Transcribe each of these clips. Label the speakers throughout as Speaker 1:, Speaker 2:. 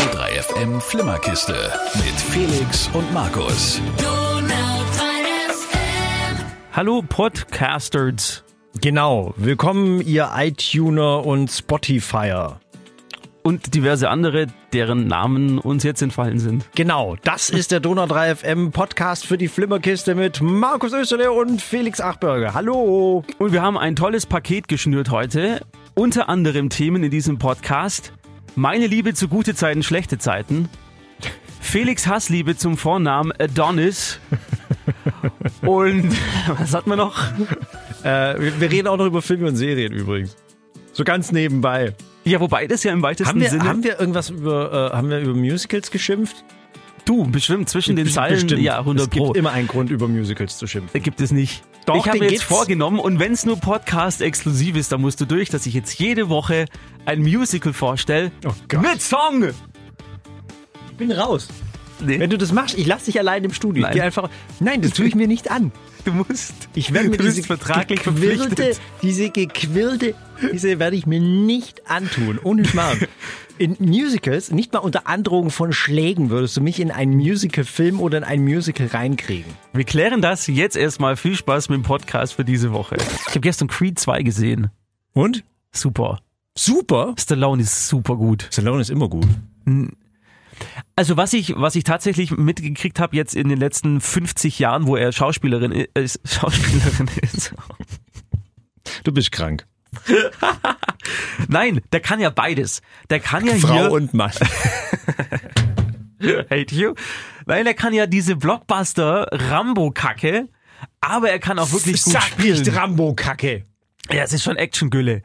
Speaker 1: FM Flimmerkiste mit Felix und Markus.
Speaker 2: Hallo Podcasters.
Speaker 3: Genau, willkommen ihr iTuner und Spotifyer.
Speaker 2: Und diverse andere, deren Namen uns jetzt entfallen sind.
Speaker 3: Genau, das ist der Donau 3 FM Podcast für die Flimmerkiste mit Markus Österle und Felix Achberger. Hallo.
Speaker 2: Und wir haben ein tolles Paket geschnürt heute. Unter anderem Themen in diesem Podcast. Meine Liebe zu gute Zeiten, schlechte Zeiten. Felix Hassliebe zum Vornamen Adonis. Und was hat man noch?
Speaker 3: Äh, wir, wir reden auch noch über Filme und Serien übrigens. So ganz nebenbei.
Speaker 2: Ja, wobei das ja im weitesten
Speaker 3: Haben wir,
Speaker 2: Sinne.
Speaker 3: haben wir irgendwas über, äh, haben wir über Musicals geschimpft?
Speaker 2: du, bestimmt zwischen den Zeilen.
Speaker 3: Bestimmt.
Speaker 2: Ja, 100
Speaker 3: es gibt
Speaker 2: Pro.
Speaker 3: immer einen Grund, über Musicals zu schimpfen.
Speaker 2: Gibt es nicht.
Speaker 3: Doch,
Speaker 2: ich habe
Speaker 3: den
Speaker 2: mir jetzt
Speaker 3: gibt's.
Speaker 2: vorgenommen, und wenn es nur Podcast-exklusiv ist, dann musst du durch, dass ich jetzt jede Woche ein Musical vorstelle.
Speaker 3: Oh Gott.
Speaker 2: Mit Song!
Speaker 3: Ich bin raus.
Speaker 2: Nee,
Speaker 3: Wenn du das machst, ich lasse dich allein im Studio.
Speaker 2: Nein.
Speaker 3: Nein. Geh einfach, nein, das tue ich mir nicht an.
Speaker 2: du musst.
Speaker 3: Ich werde mir
Speaker 2: Du bist
Speaker 3: diese
Speaker 2: vertraglich
Speaker 3: gequirlte,
Speaker 2: verpflichtet.
Speaker 3: diese gequirlte, diese werde ich mir nicht antun, ohne Schmarrn. In Musicals, nicht mal unter Androhung von Schlägen würdest du mich in einen Musical-Film oder in ein Musical reinkriegen.
Speaker 2: Wir klären das jetzt erstmal. Viel Spaß mit dem Podcast für diese Woche. Ich habe gestern Creed 2 gesehen.
Speaker 3: Und?
Speaker 2: Super.
Speaker 3: Super.
Speaker 2: Stallone ist super gut. Hm.
Speaker 3: Stallone ist immer gut.
Speaker 2: Also was ich, was ich tatsächlich mitgekriegt habe jetzt in den letzten 50 Jahren, wo er Schauspielerin i- ist, Schauspielerin ist.
Speaker 3: Du bist krank.
Speaker 2: Nein, der kann ja beides. Der kann ja hier,
Speaker 3: und Mann.
Speaker 2: hate you. Nein, der kann ja diese Blockbuster Rambo-Kacke, aber er kann auch wirklich gut
Speaker 3: Sag nicht
Speaker 2: spielen.
Speaker 3: Rambo-Kacke.
Speaker 2: Ja, es ist schon Actiongülle.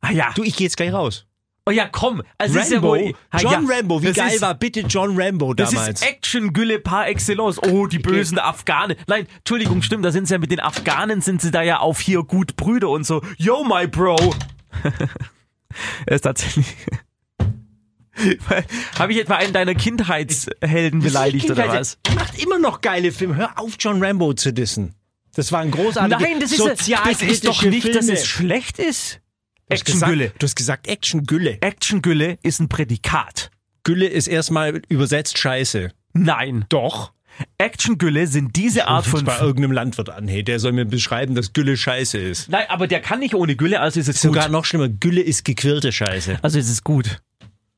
Speaker 2: Ah ja.
Speaker 3: Du, ich geh jetzt gleich raus.
Speaker 2: oh ja, komm. Also es ist ja
Speaker 3: Rambo.
Speaker 2: wohl, ah,
Speaker 3: John
Speaker 2: ja.
Speaker 3: Rambo, wie
Speaker 2: Das
Speaker 3: geil
Speaker 2: ist,
Speaker 3: war bitte John Rambo
Speaker 2: Das
Speaker 3: damals?
Speaker 2: ist Actiongülle par excellence. Oh, die bösen Afghanen. Nein, Entschuldigung, stimmt, da sind sie ja mit den Afghanen, sind sie da ja auf hier gut Brüder und so. Yo, my bro. er ist tatsächlich... Habe ich etwa einen deiner Kindheitshelden beleidigt oder
Speaker 3: Kindheit-
Speaker 2: was?
Speaker 3: Er macht immer noch geile Filme. Hör auf, John Rambo zu dissen. Das waren großartige
Speaker 2: Nein, das ist, das
Speaker 3: sozialkritische
Speaker 2: ist doch nicht,
Speaker 3: Filme.
Speaker 2: dass es schlecht ist.
Speaker 3: Du hast gesagt-
Speaker 2: Actiongülle.
Speaker 3: Du hast gesagt Action-Gülle.
Speaker 2: Actiongülle ist ein Prädikat.
Speaker 3: Gülle ist erstmal übersetzt Scheiße.
Speaker 2: Nein.
Speaker 3: Doch.
Speaker 2: Actiongülle sind diese Art
Speaker 3: Von
Speaker 2: von.
Speaker 3: bei irgendeinem Landwirt an. Hey, der soll mir beschreiben, dass Gülle Scheiße ist.
Speaker 2: Nein, aber der kann nicht ohne Gülle, also ist es gut.
Speaker 3: Sogar noch schlimmer, Gülle ist gequirlte Scheiße.
Speaker 2: Also ist es gut.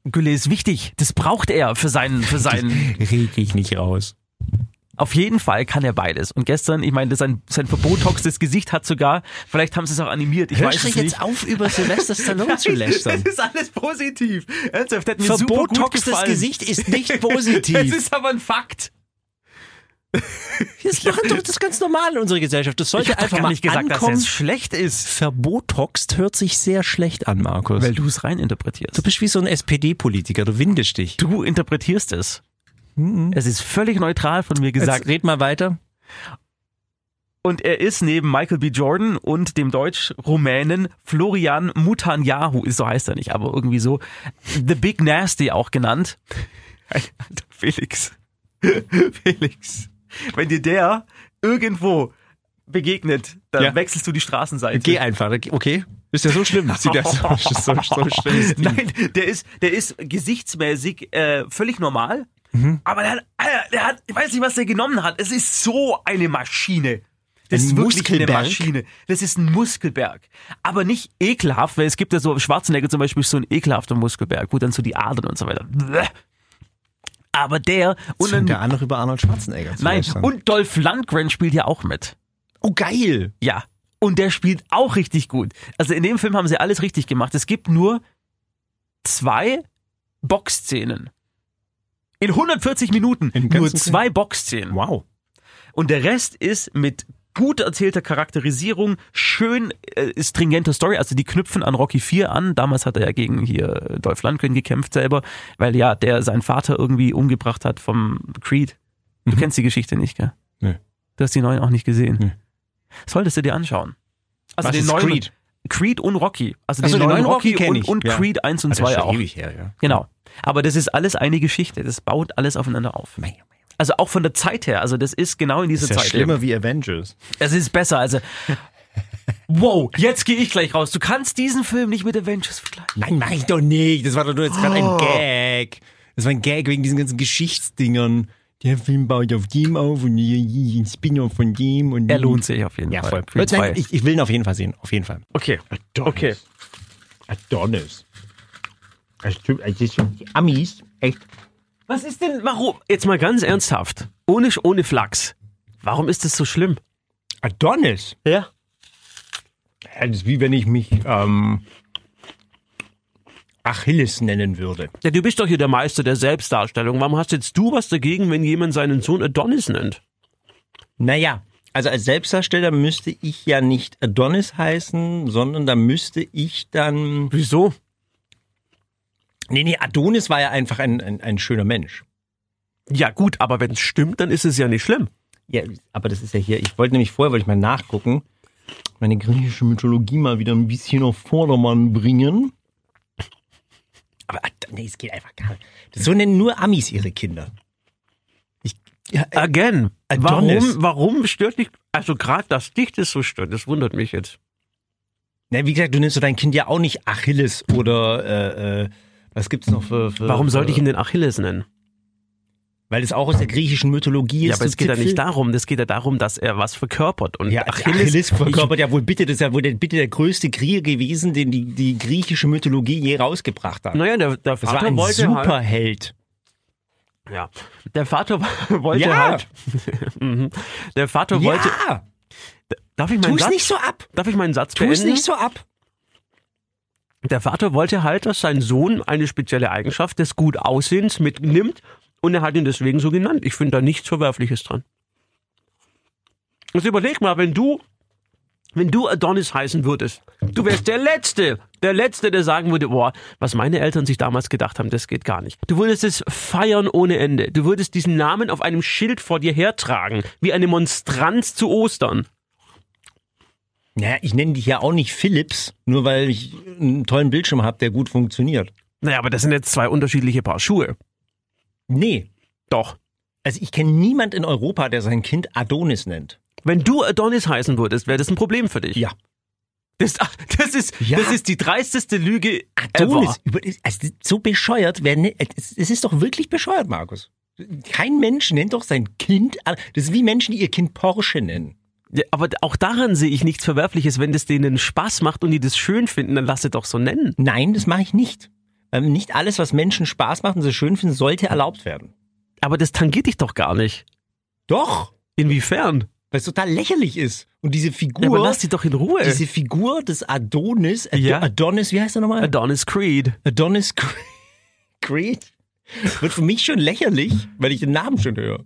Speaker 2: Gülle ist wichtig. Das braucht er für seinen, für seinen.
Speaker 3: Reg ich nicht raus.
Speaker 2: Auf jeden Fall kann er beides. Und gestern, ich meine, sein, sein verbotoxtes Gesicht hat sogar, vielleicht haben sie es auch animiert, ich weiß
Speaker 3: Hörst du
Speaker 2: es
Speaker 3: jetzt
Speaker 2: nicht.
Speaker 3: auf, über Sylvester Stallone zu lästern?
Speaker 2: Das ist alles positiv. Ernsthaft, das hat mir super gut
Speaker 3: Verbotoxtes
Speaker 2: gefallen.
Speaker 3: Gesicht ist nicht
Speaker 2: Das
Speaker 3: positiv.
Speaker 2: ist aber ein Fakt.
Speaker 3: Das machen doch das ist ganz normal in unserer Gesellschaft. Das sollte
Speaker 2: Ich habe
Speaker 3: einfach
Speaker 2: gar
Speaker 3: mal
Speaker 2: nicht gesagt, dass
Speaker 3: ankommen.
Speaker 2: es schlecht ist.
Speaker 3: Verbotoxt hört sich sehr schlecht an, Markus.
Speaker 2: Weil du es reininterpretierst.
Speaker 3: du bist wie so ein SPD-Politiker, du windest dich.
Speaker 2: Du interpretierst es. Es ist völlig neutral von mir gesagt.
Speaker 3: Sag, red mal weiter.
Speaker 2: Und er ist neben Michael B. Jordan und dem Deutsch-Rumänen Florian Mutanyahu, so heißt er nicht, aber irgendwie so, The Big Nasty auch genannt. Alter, Felix, Felix, wenn dir der irgendwo begegnet, dann
Speaker 3: Ja.
Speaker 2: wechselst du die Straßenseite.
Speaker 3: Geh einfach, okay? Ist ja so schlimm. Sieht ja so, so, so schlimm. ist die.
Speaker 2: Nein, der ist, der ist gesichtsmäßig äh, völlig normal,
Speaker 3: Mhm.
Speaker 2: aber der hat, Alter, der hat, ich weiß nicht, was der genommen hat. Es ist so eine Maschine. Das
Speaker 3: Ein
Speaker 2: ist wirklich
Speaker 3: Muskelberg?
Speaker 2: eine Maschine. Das ist ein Muskelberg. Aber nicht ekelhaft, weil es gibt ja so, Schwarzenegger zum Beispiel ist so ein ekelhafter Muskelberg, wo dann so die Adern und so weiter. Bleh. Aber der und
Speaker 3: Fängt der
Speaker 2: dann,
Speaker 3: an noch über Arnold Schwarzenegger zu
Speaker 2: nein,
Speaker 3: lästern.
Speaker 2: und Dolph Lundgren spielt ja auch mit.
Speaker 3: Oh, geil.
Speaker 2: Ja. Und der spielt auch richtig gut. Also in dem Film haben sie alles richtig gemacht. Es gibt nur zwei Boxszenen. In 140 Minuten
Speaker 3: Im ganzen
Speaker 2: nur
Speaker 3: Film?
Speaker 2: zwei Boxszenen.
Speaker 3: Wow.
Speaker 2: Und der Rest ist mit gut erzählter Charakterisierung, schön äh, stringenter Story. Also die knüpfen an Rocky 4 an. Damals hat er ja gegen hier äh, Dolph Lundgren gekämpft selber, weil ja der seinen Vater irgendwie umgebracht hat vom Creed. Du kennst die Geschichte nicht, gell?
Speaker 3: Mhm. Nee.
Speaker 2: Du hast die neuen auch nicht gesehen.
Speaker 3: Nee.
Speaker 2: Solltest du dir anschauen. Also
Speaker 3: Was
Speaker 2: den
Speaker 3: ist
Speaker 2: neuen
Speaker 3: Creed?
Speaker 2: Creed und Rocky. Also
Speaker 3: Ach
Speaker 2: den,
Speaker 3: so, den
Speaker 2: neuen,
Speaker 3: neuen Rocky kenn
Speaker 2: und,
Speaker 3: ich,
Speaker 2: und
Speaker 3: ja.
Speaker 2: Creed 1 und
Speaker 3: Das ist
Speaker 2: 2
Speaker 3: schon
Speaker 2: auch.
Speaker 3: ewig her, ja.
Speaker 2: Genau. Aber das ist alles eine Geschichte. Das baut alles aufeinander auf.
Speaker 3: Mei, mei.
Speaker 2: Also auch von der Zeit her. Also das ist genau in dieser
Speaker 3: Ist ja
Speaker 2: Zeit.
Speaker 3: schlimmer wie Avengers.
Speaker 2: Es ist besser. Also wow, jetzt gehe ich gleich raus. Du kannst diesen Film nicht mit Avengers vergleichen.
Speaker 4: Oh.
Speaker 3: Nein, mach ich doch nicht. Das war doch nur jetzt gerade ein Gag. Das war ein Gag wegen diesen ganzen Geschichtsdingern. Der Film baut auf dem auf und die- ein Spin-off von dem und
Speaker 4: Er lohnt sich auf jeden
Speaker 3: Ja,
Speaker 4: Fall.
Speaker 3: voll.
Speaker 4: Auf jeden
Speaker 3: Nein,
Speaker 4: Fall.
Speaker 3: Ich, ich will ihn auf jeden Fall sehen. Auf jeden Fall.
Speaker 4: Okay.
Speaker 5: Adonis.
Speaker 4: Okay.
Speaker 5: Adonis. Das stimmt, das ist die Amis, echt.
Speaker 4: Was ist denn, warum? Jetzt mal ganz ernsthaft. Ohne, ohne Flachs. Warum ist das so schlimm?
Speaker 5: Adonis?
Speaker 3: Ja.
Speaker 5: Ja, Das ist wie wenn ich mich ähm, Achilles nennen würde.
Speaker 2: Ja, du bist doch hier der Meister der Selbstdarstellung. Warum hast jetzt du was dagegen, wenn jemand seinen Sohn Adonis nennt?
Speaker 3: Naja, also als Selbstdarsteller müsste ich ja nicht Adonis heißen, sondern da müsste ich dann.
Speaker 2: Wieso?
Speaker 3: Nee, nee, Adonis war ja einfach ein, ein, ein schöner Mensch.
Speaker 2: Ja gut, aber wenn es stimmt, dann ist es ja nicht schlimm.
Speaker 3: Ja, aber das ist ja hier. Ich wollte nämlich vorher, wollte ich mal nachgucken, meine griechische Mythologie mal wieder ein bisschen auf Vordermann bringen. Aber Ad- nee, es geht einfach gar nicht. So nennen nur Amis ihre Kinder.
Speaker 2: Again.
Speaker 3: Äh, Adonis.
Speaker 2: Warum, warum stört dich, also gerade, dass dich das so stört, das wundert mich jetzt.
Speaker 3: Na, wie gesagt, du nimmst so dein Kind ja auch nicht Achilles oder äh, äh, was gibt's noch für. für
Speaker 2: Warum sollte ich
Speaker 3: für,
Speaker 2: ihn den Achilles nennen?
Speaker 3: Weil es auch aus der griechischen Mythologie ist.
Speaker 2: Ja, aber
Speaker 3: so
Speaker 2: es geht ja
Speaker 3: Zipfel.
Speaker 2: nicht darum, das geht ja darum, dass er was verkörpert. Und
Speaker 3: Ja, Achilles, Achilles verkörpert ja wohl bitte, das ist ja wohl der, bitte der größte Krieger gewesen, den die, die griechische Mythologie je rausgebracht hat.
Speaker 2: Ich, naja, der, der
Speaker 3: das war
Speaker 2: Vater
Speaker 3: ein
Speaker 2: wollte halt,
Speaker 3: Superheld.
Speaker 2: ja, der Vater wollte
Speaker 3: Ja.
Speaker 2: halt, Mhm. der Vater wollte,
Speaker 3: ja,
Speaker 2: darf ich meinen
Speaker 3: tu es
Speaker 2: Satz,
Speaker 3: nicht so ab.
Speaker 2: darf ich meinen Satz
Speaker 3: Tu es
Speaker 2: beenden?
Speaker 3: nicht so ab.
Speaker 2: Der Vater wollte halt, dass sein Sohn eine spezielle Eigenschaft des Gutaussehens mitnimmt und er hat ihn deswegen so genannt. Ich finde da nichts Verwerfliches dran. Jetzt überleg mal, wenn du, wenn du Adonis heißen würdest, du wärst der Letzte, der Letzte, der sagen würde, boah, was meine Eltern sich damals gedacht haben, das geht gar nicht. Du würdest es feiern ohne Ende. Du würdest diesen Namen auf einem Schild vor dir hertragen, wie eine Monstranz zu Ostern.
Speaker 3: Naja, ich nenne dich ja auch nicht Philips, nur weil ich einen tollen Bildschirm habe, der gut funktioniert.
Speaker 2: Naja, aber das sind jetzt zwei unterschiedliche Paar Schuhe.
Speaker 3: Nee,
Speaker 2: Doch.
Speaker 3: also ich kenne niemand in Europa, der sein Kind Adonis nennt.
Speaker 2: Wenn du Adonis heißen würdest, wäre das ein Problem für dich.
Speaker 3: Ja.
Speaker 2: Das, ach, das, ist,
Speaker 3: Ja.
Speaker 2: das ist die dreisteste Lüge
Speaker 3: Adonis,
Speaker 2: ever.
Speaker 3: über, also so bescheuert, wer, ne- es, es ist doch wirklich bescheuert, Markus. Kein Mensch nennt doch sein Kind, Ad- das ist wie Menschen, die ihr Kind Porsche nennen.
Speaker 2: Ja, aber auch daran sehe ich nichts Verwerfliches. Wenn das denen Spaß macht und die das schön finden, dann lass sie doch so nennen.
Speaker 3: Nein, das mache ich nicht. Ähm, nicht alles, was Menschen Spaß macht und sie schön finden, sollte erlaubt werden.
Speaker 2: Aber das tangiert dich doch gar nicht.
Speaker 3: Doch,
Speaker 2: Inwiefern?
Speaker 3: weil es total lächerlich ist. Und diese
Speaker 2: Ja, aber
Speaker 3: Figur,
Speaker 2: lass die doch in Ruhe.
Speaker 3: diese Figur des Adonis, Ad
Speaker 2: Ja.
Speaker 3: Adonis, wie heißt er nochmal?
Speaker 2: Adonis Creed.
Speaker 3: Adonis Cre- Creed wird für mich schon lächerlich, weil ich den Namen schon höre.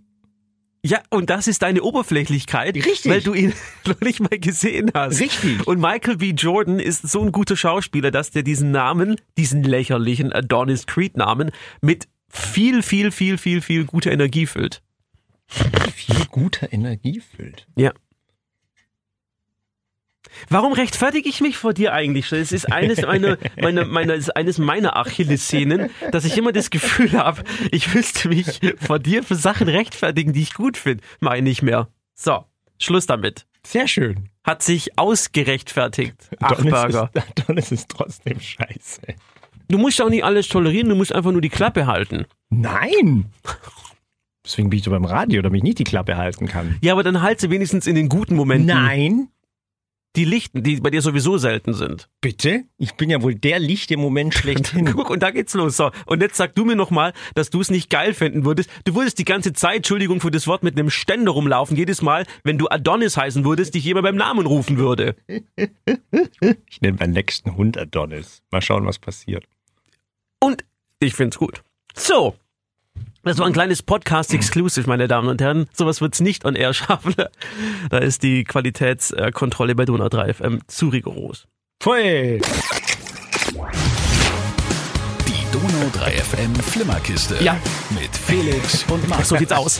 Speaker 2: Ja, und das ist deine Oberflächlichkeit,
Speaker 3: Richtig.
Speaker 2: weil du ihn noch nicht mal gesehen hast.
Speaker 3: Richtig.
Speaker 2: Und Michael B. Jordan ist so ein guter Schauspieler, dass der diesen Namen, diesen lächerlichen Adonis Creed-Namen, mit viel, viel, viel, viel, viel guter Energie füllt.
Speaker 3: Viel guter Energie füllt.
Speaker 2: Ja. Warum rechtfertige ich mich vor dir eigentlich? Es ist eines meiner, meiner, meiner, es ist eines meiner Achillessehnen, dass ich immer das Gefühl habe, ich müsste mich vor dir für Sachen rechtfertigen, die ich gut finde. Mach ich nicht mehr. So, Schluss damit.
Speaker 3: Sehr schön.
Speaker 2: Hat sich ausgerechtfertigt. Achberger.
Speaker 3: Ist, Adonis ist trotzdem scheiße.
Speaker 2: Du musst auch nicht alles tolerieren, du musst einfach nur die Klappe halten.
Speaker 3: Nein! Deswegen bin ich so beim Radio, damit ich nicht die Klappe halten kann.
Speaker 2: Ja, aber dann halt sie wenigstens in den guten Momenten.
Speaker 3: Nein!
Speaker 2: Die Lichten, die bei dir sowieso selten sind.
Speaker 3: Bitte? Ich bin ja wohl der Licht im Moment schlechthin.
Speaker 2: Guck, und da geht's los. So, und jetzt sag du mir nochmal, dass du es nicht geil finden würdest. Du würdest die ganze Zeit, Entschuldigung für das Wort, mit einem Ständer rumlaufen, jedes Mal, wenn du Adonis heißen würdest, dich jemand beim Namen rufen würde.
Speaker 3: Ich nenne meinen nächsten Hund Adonis. Mal schauen, was passiert.
Speaker 2: Und ich find's gut. So. Das war ein kleines Podcast-Exclusive, meine Damen und Herren. Sowas wird's nicht on air schaffen. Da ist die Qualitätskontrolle bei Donau 3 FM zu rigoros.
Speaker 3: Pfui!
Speaker 1: Die Donau 3 FM Flimmerkiste.
Speaker 2: Ja.
Speaker 1: Mit Felix und Markus.
Speaker 2: So sieht's aus.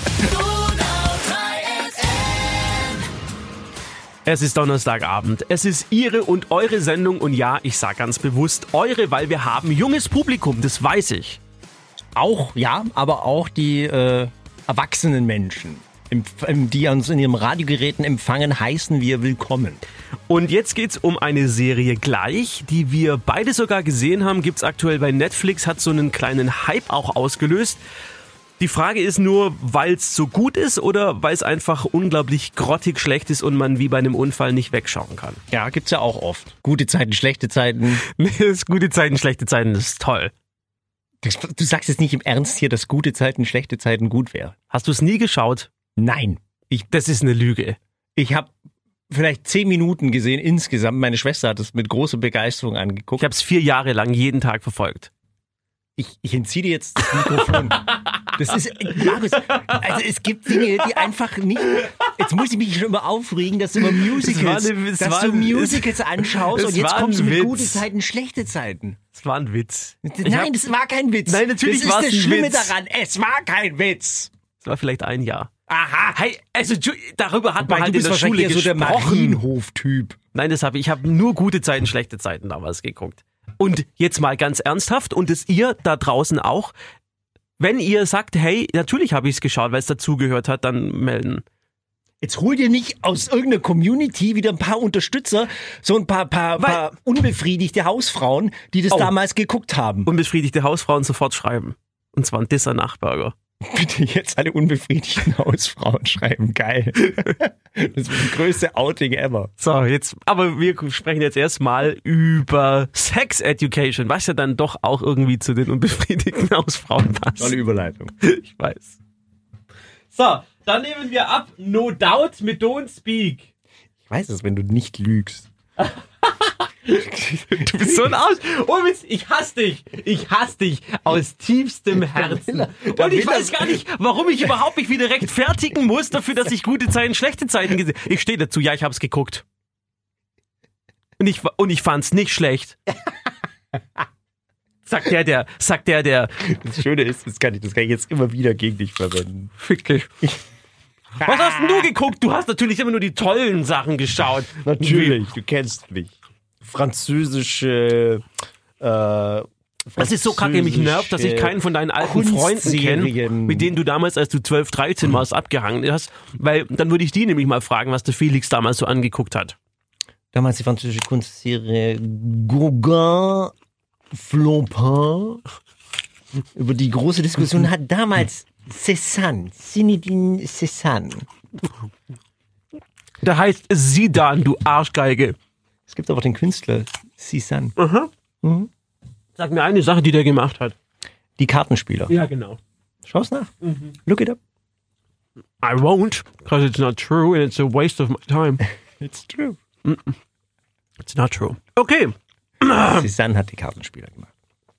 Speaker 2: Es ist Donnerstagabend. Es ist Ihre und eure Sendung und ja, ich sage ganz bewusst eure, weil wir haben junges Publikum, das weiß ich.
Speaker 3: Auch, ja, aber auch die äh, erwachsenen Menschen. empf- ähm, die uns in ihren Radiogeräten empfangen, heißen wir willkommen.
Speaker 2: Und jetzt geht's um eine Serie gleich, die wir beide sogar gesehen haben. Gibt's aktuell bei Netflix, hat so einen kleinen Hype auch ausgelöst. Die Frage ist nur, weil's so gut ist oder weil's einfach unglaublich grottig schlecht ist und man wie bei einem Unfall nicht wegschauen kann.
Speaker 3: Ja, gibt's ja auch oft. Gute Zeiten, schlechte Zeiten.
Speaker 2: Nee, das ist gute Zeiten, schlechte Zeiten, das ist toll.
Speaker 3: Das, du sagst jetzt nicht im Ernst hier, dass gute Zeiten, schlechte Zeiten gut wäre.
Speaker 2: Hast du es nie geschaut?
Speaker 3: Nein.
Speaker 2: Das ist eine Lüge.
Speaker 3: Ich habe vielleicht zehn Minuten gesehen insgesamt. Meine Schwester hat es mit großer Begeisterung
Speaker 2: Ich
Speaker 3: angeguckt.
Speaker 2: habe es vier Jahre lang jeden Tag verfolgt.
Speaker 3: Ich, ich entziehe dir jetzt das Mikrofon. Das ist, Markus, also es gibt Dinge, die einfach nicht. Jetzt muss ich mich schon immer aufregen, dass du immer Musicals,
Speaker 2: Es war eine- es
Speaker 3: dass
Speaker 2: war
Speaker 3: du
Speaker 2: ein-
Speaker 3: Musicals anschaust
Speaker 2: es
Speaker 3: und jetzt
Speaker 2: war ein
Speaker 3: kommst du mit
Speaker 2: Witz.
Speaker 3: gute Zeiten, schlechte Zeiten.
Speaker 2: Das war ein Witz.
Speaker 3: Nein,
Speaker 2: hab-
Speaker 3: das war kein Witz.
Speaker 2: Nein, natürlich
Speaker 3: das
Speaker 2: war
Speaker 3: ist
Speaker 2: es
Speaker 3: das
Speaker 2: ein
Speaker 3: Schlimme
Speaker 2: Witz.
Speaker 3: daran. Es war kein Witz.
Speaker 2: Das war vielleicht ein Jahr.
Speaker 3: Aha.
Speaker 2: Hey, also Ju- darüber hat man
Speaker 3: Weil
Speaker 2: halt
Speaker 3: du
Speaker 2: in
Speaker 3: bist
Speaker 2: der Schule
Speaker 3: wahrscheinlich eher so der
Speaker 2: gesprochen.
Speaker 3: Marienhof-Typ.
Speaker 2: Nein, das habe ich. Ich habe nur gute Zeiten, schlechte Zeiten damals geguckt. Und jetzt mal ganz ernsthaft und es ihr da draußen auch, wenn ihr sagt, hey, natürlich habe ich es geschaut, weil es dazugehört hat, dann melden.
Speaker 3: Jetzt hol dir nicht aus irgendeiner Community wieder ein paar Unterstützer, so ein paar, paar, paar unbefriedigte Hausfrauen, die das
Speaker 2: Oh.
Speaker 3: damals geguckt haben.
Speaker 2: Unbefriedigte Hausfrauen sofort schreiben. Und zwar ein Disser Nachburger.
Speaker 3: bitte jetzt alle unbefriedigten Hausfrauen schreiben. Geil. Das ist das größte Outing ever.
Speaker 2: So, jetzt, aber wir sprechen jetzt erstmal über Sex Education, was ja dann doch auch irgendwie zu den unbefriedigten Hausfrauen passt.
Speaker 3: Tolle Überleitung.
Speaker 2: Ich weiß. So, dann nehmen wir ab No Doubt mit Don't Speak.
Speaker 3: Ich weiß es, wenn du nicht lügst.
Speaker 2: Du bist so ein Arsch. Oh, Mist, ich hasse dich. Ich hasse dich aus tiefstem Herzen.
Speaker 3: da
Speaker 2: Und ich
Speaker 3: will er-
Speaker 2: weiß gar nicht, warum ich überhaupt mich wieder rechtfertigen muss dafür, dass ich gute Zeiten, schlechte Zeiten gesehen Ich stehe dazu, ja, ich hab's geguckt. Und ich, wa- und ich fand's nicht schlecht. Sagt der, der, sagt der, der.
Speaker 3: Das Schöne ist, das kann ich, das kann ich jetzt immer wieder gegen dich verwenden. Ah,
Speaker 2: Fick dich. Was hast denn du geguckt? Du hast natürlich immer nur die tollen Sachen geschaut.
Speaker 3: Natürlich, du kennst mich. Französische. Äh,
Speaker 2: Das ist so kacke, mich nervt, dass ich keinen von deinen alten Freunden kenne,
Speaker 3: Kunstserien.
Speaker 2: mit denen du damals, als du 12, 13 warst, abgehangen hast. Weil dann würde ich die nämlich mal fragen, was der Felix damals so angeguckt hat.
Speaker 3: Damals die französische Kunstserie Gauguin Flampin. Über die große Diskussion hat damals Cézanne, Zinedine Cézanne.
Speaker 2: Da heißt Sidan, du Arschgeige.
Speaker 3: Es gibt aber den Künstler Cézanne.
Speaker 2: Sag mir eine Sache, die der gemacht hat.
Speaker 3: Die Kartenspieler.
Speaker 2: Ja, genau.
Speaker 3: Schau's nach.
Speaker 2: Mhm.
Speaker 3: Look it up.
Speaker 2: I won't, because it's not true and it's a waste of my time.
Speaker 3: It's true.
Speaker 2: It's not true. Okay.
Speaker 3: Cézanne hat die Kartenspieler gemacht.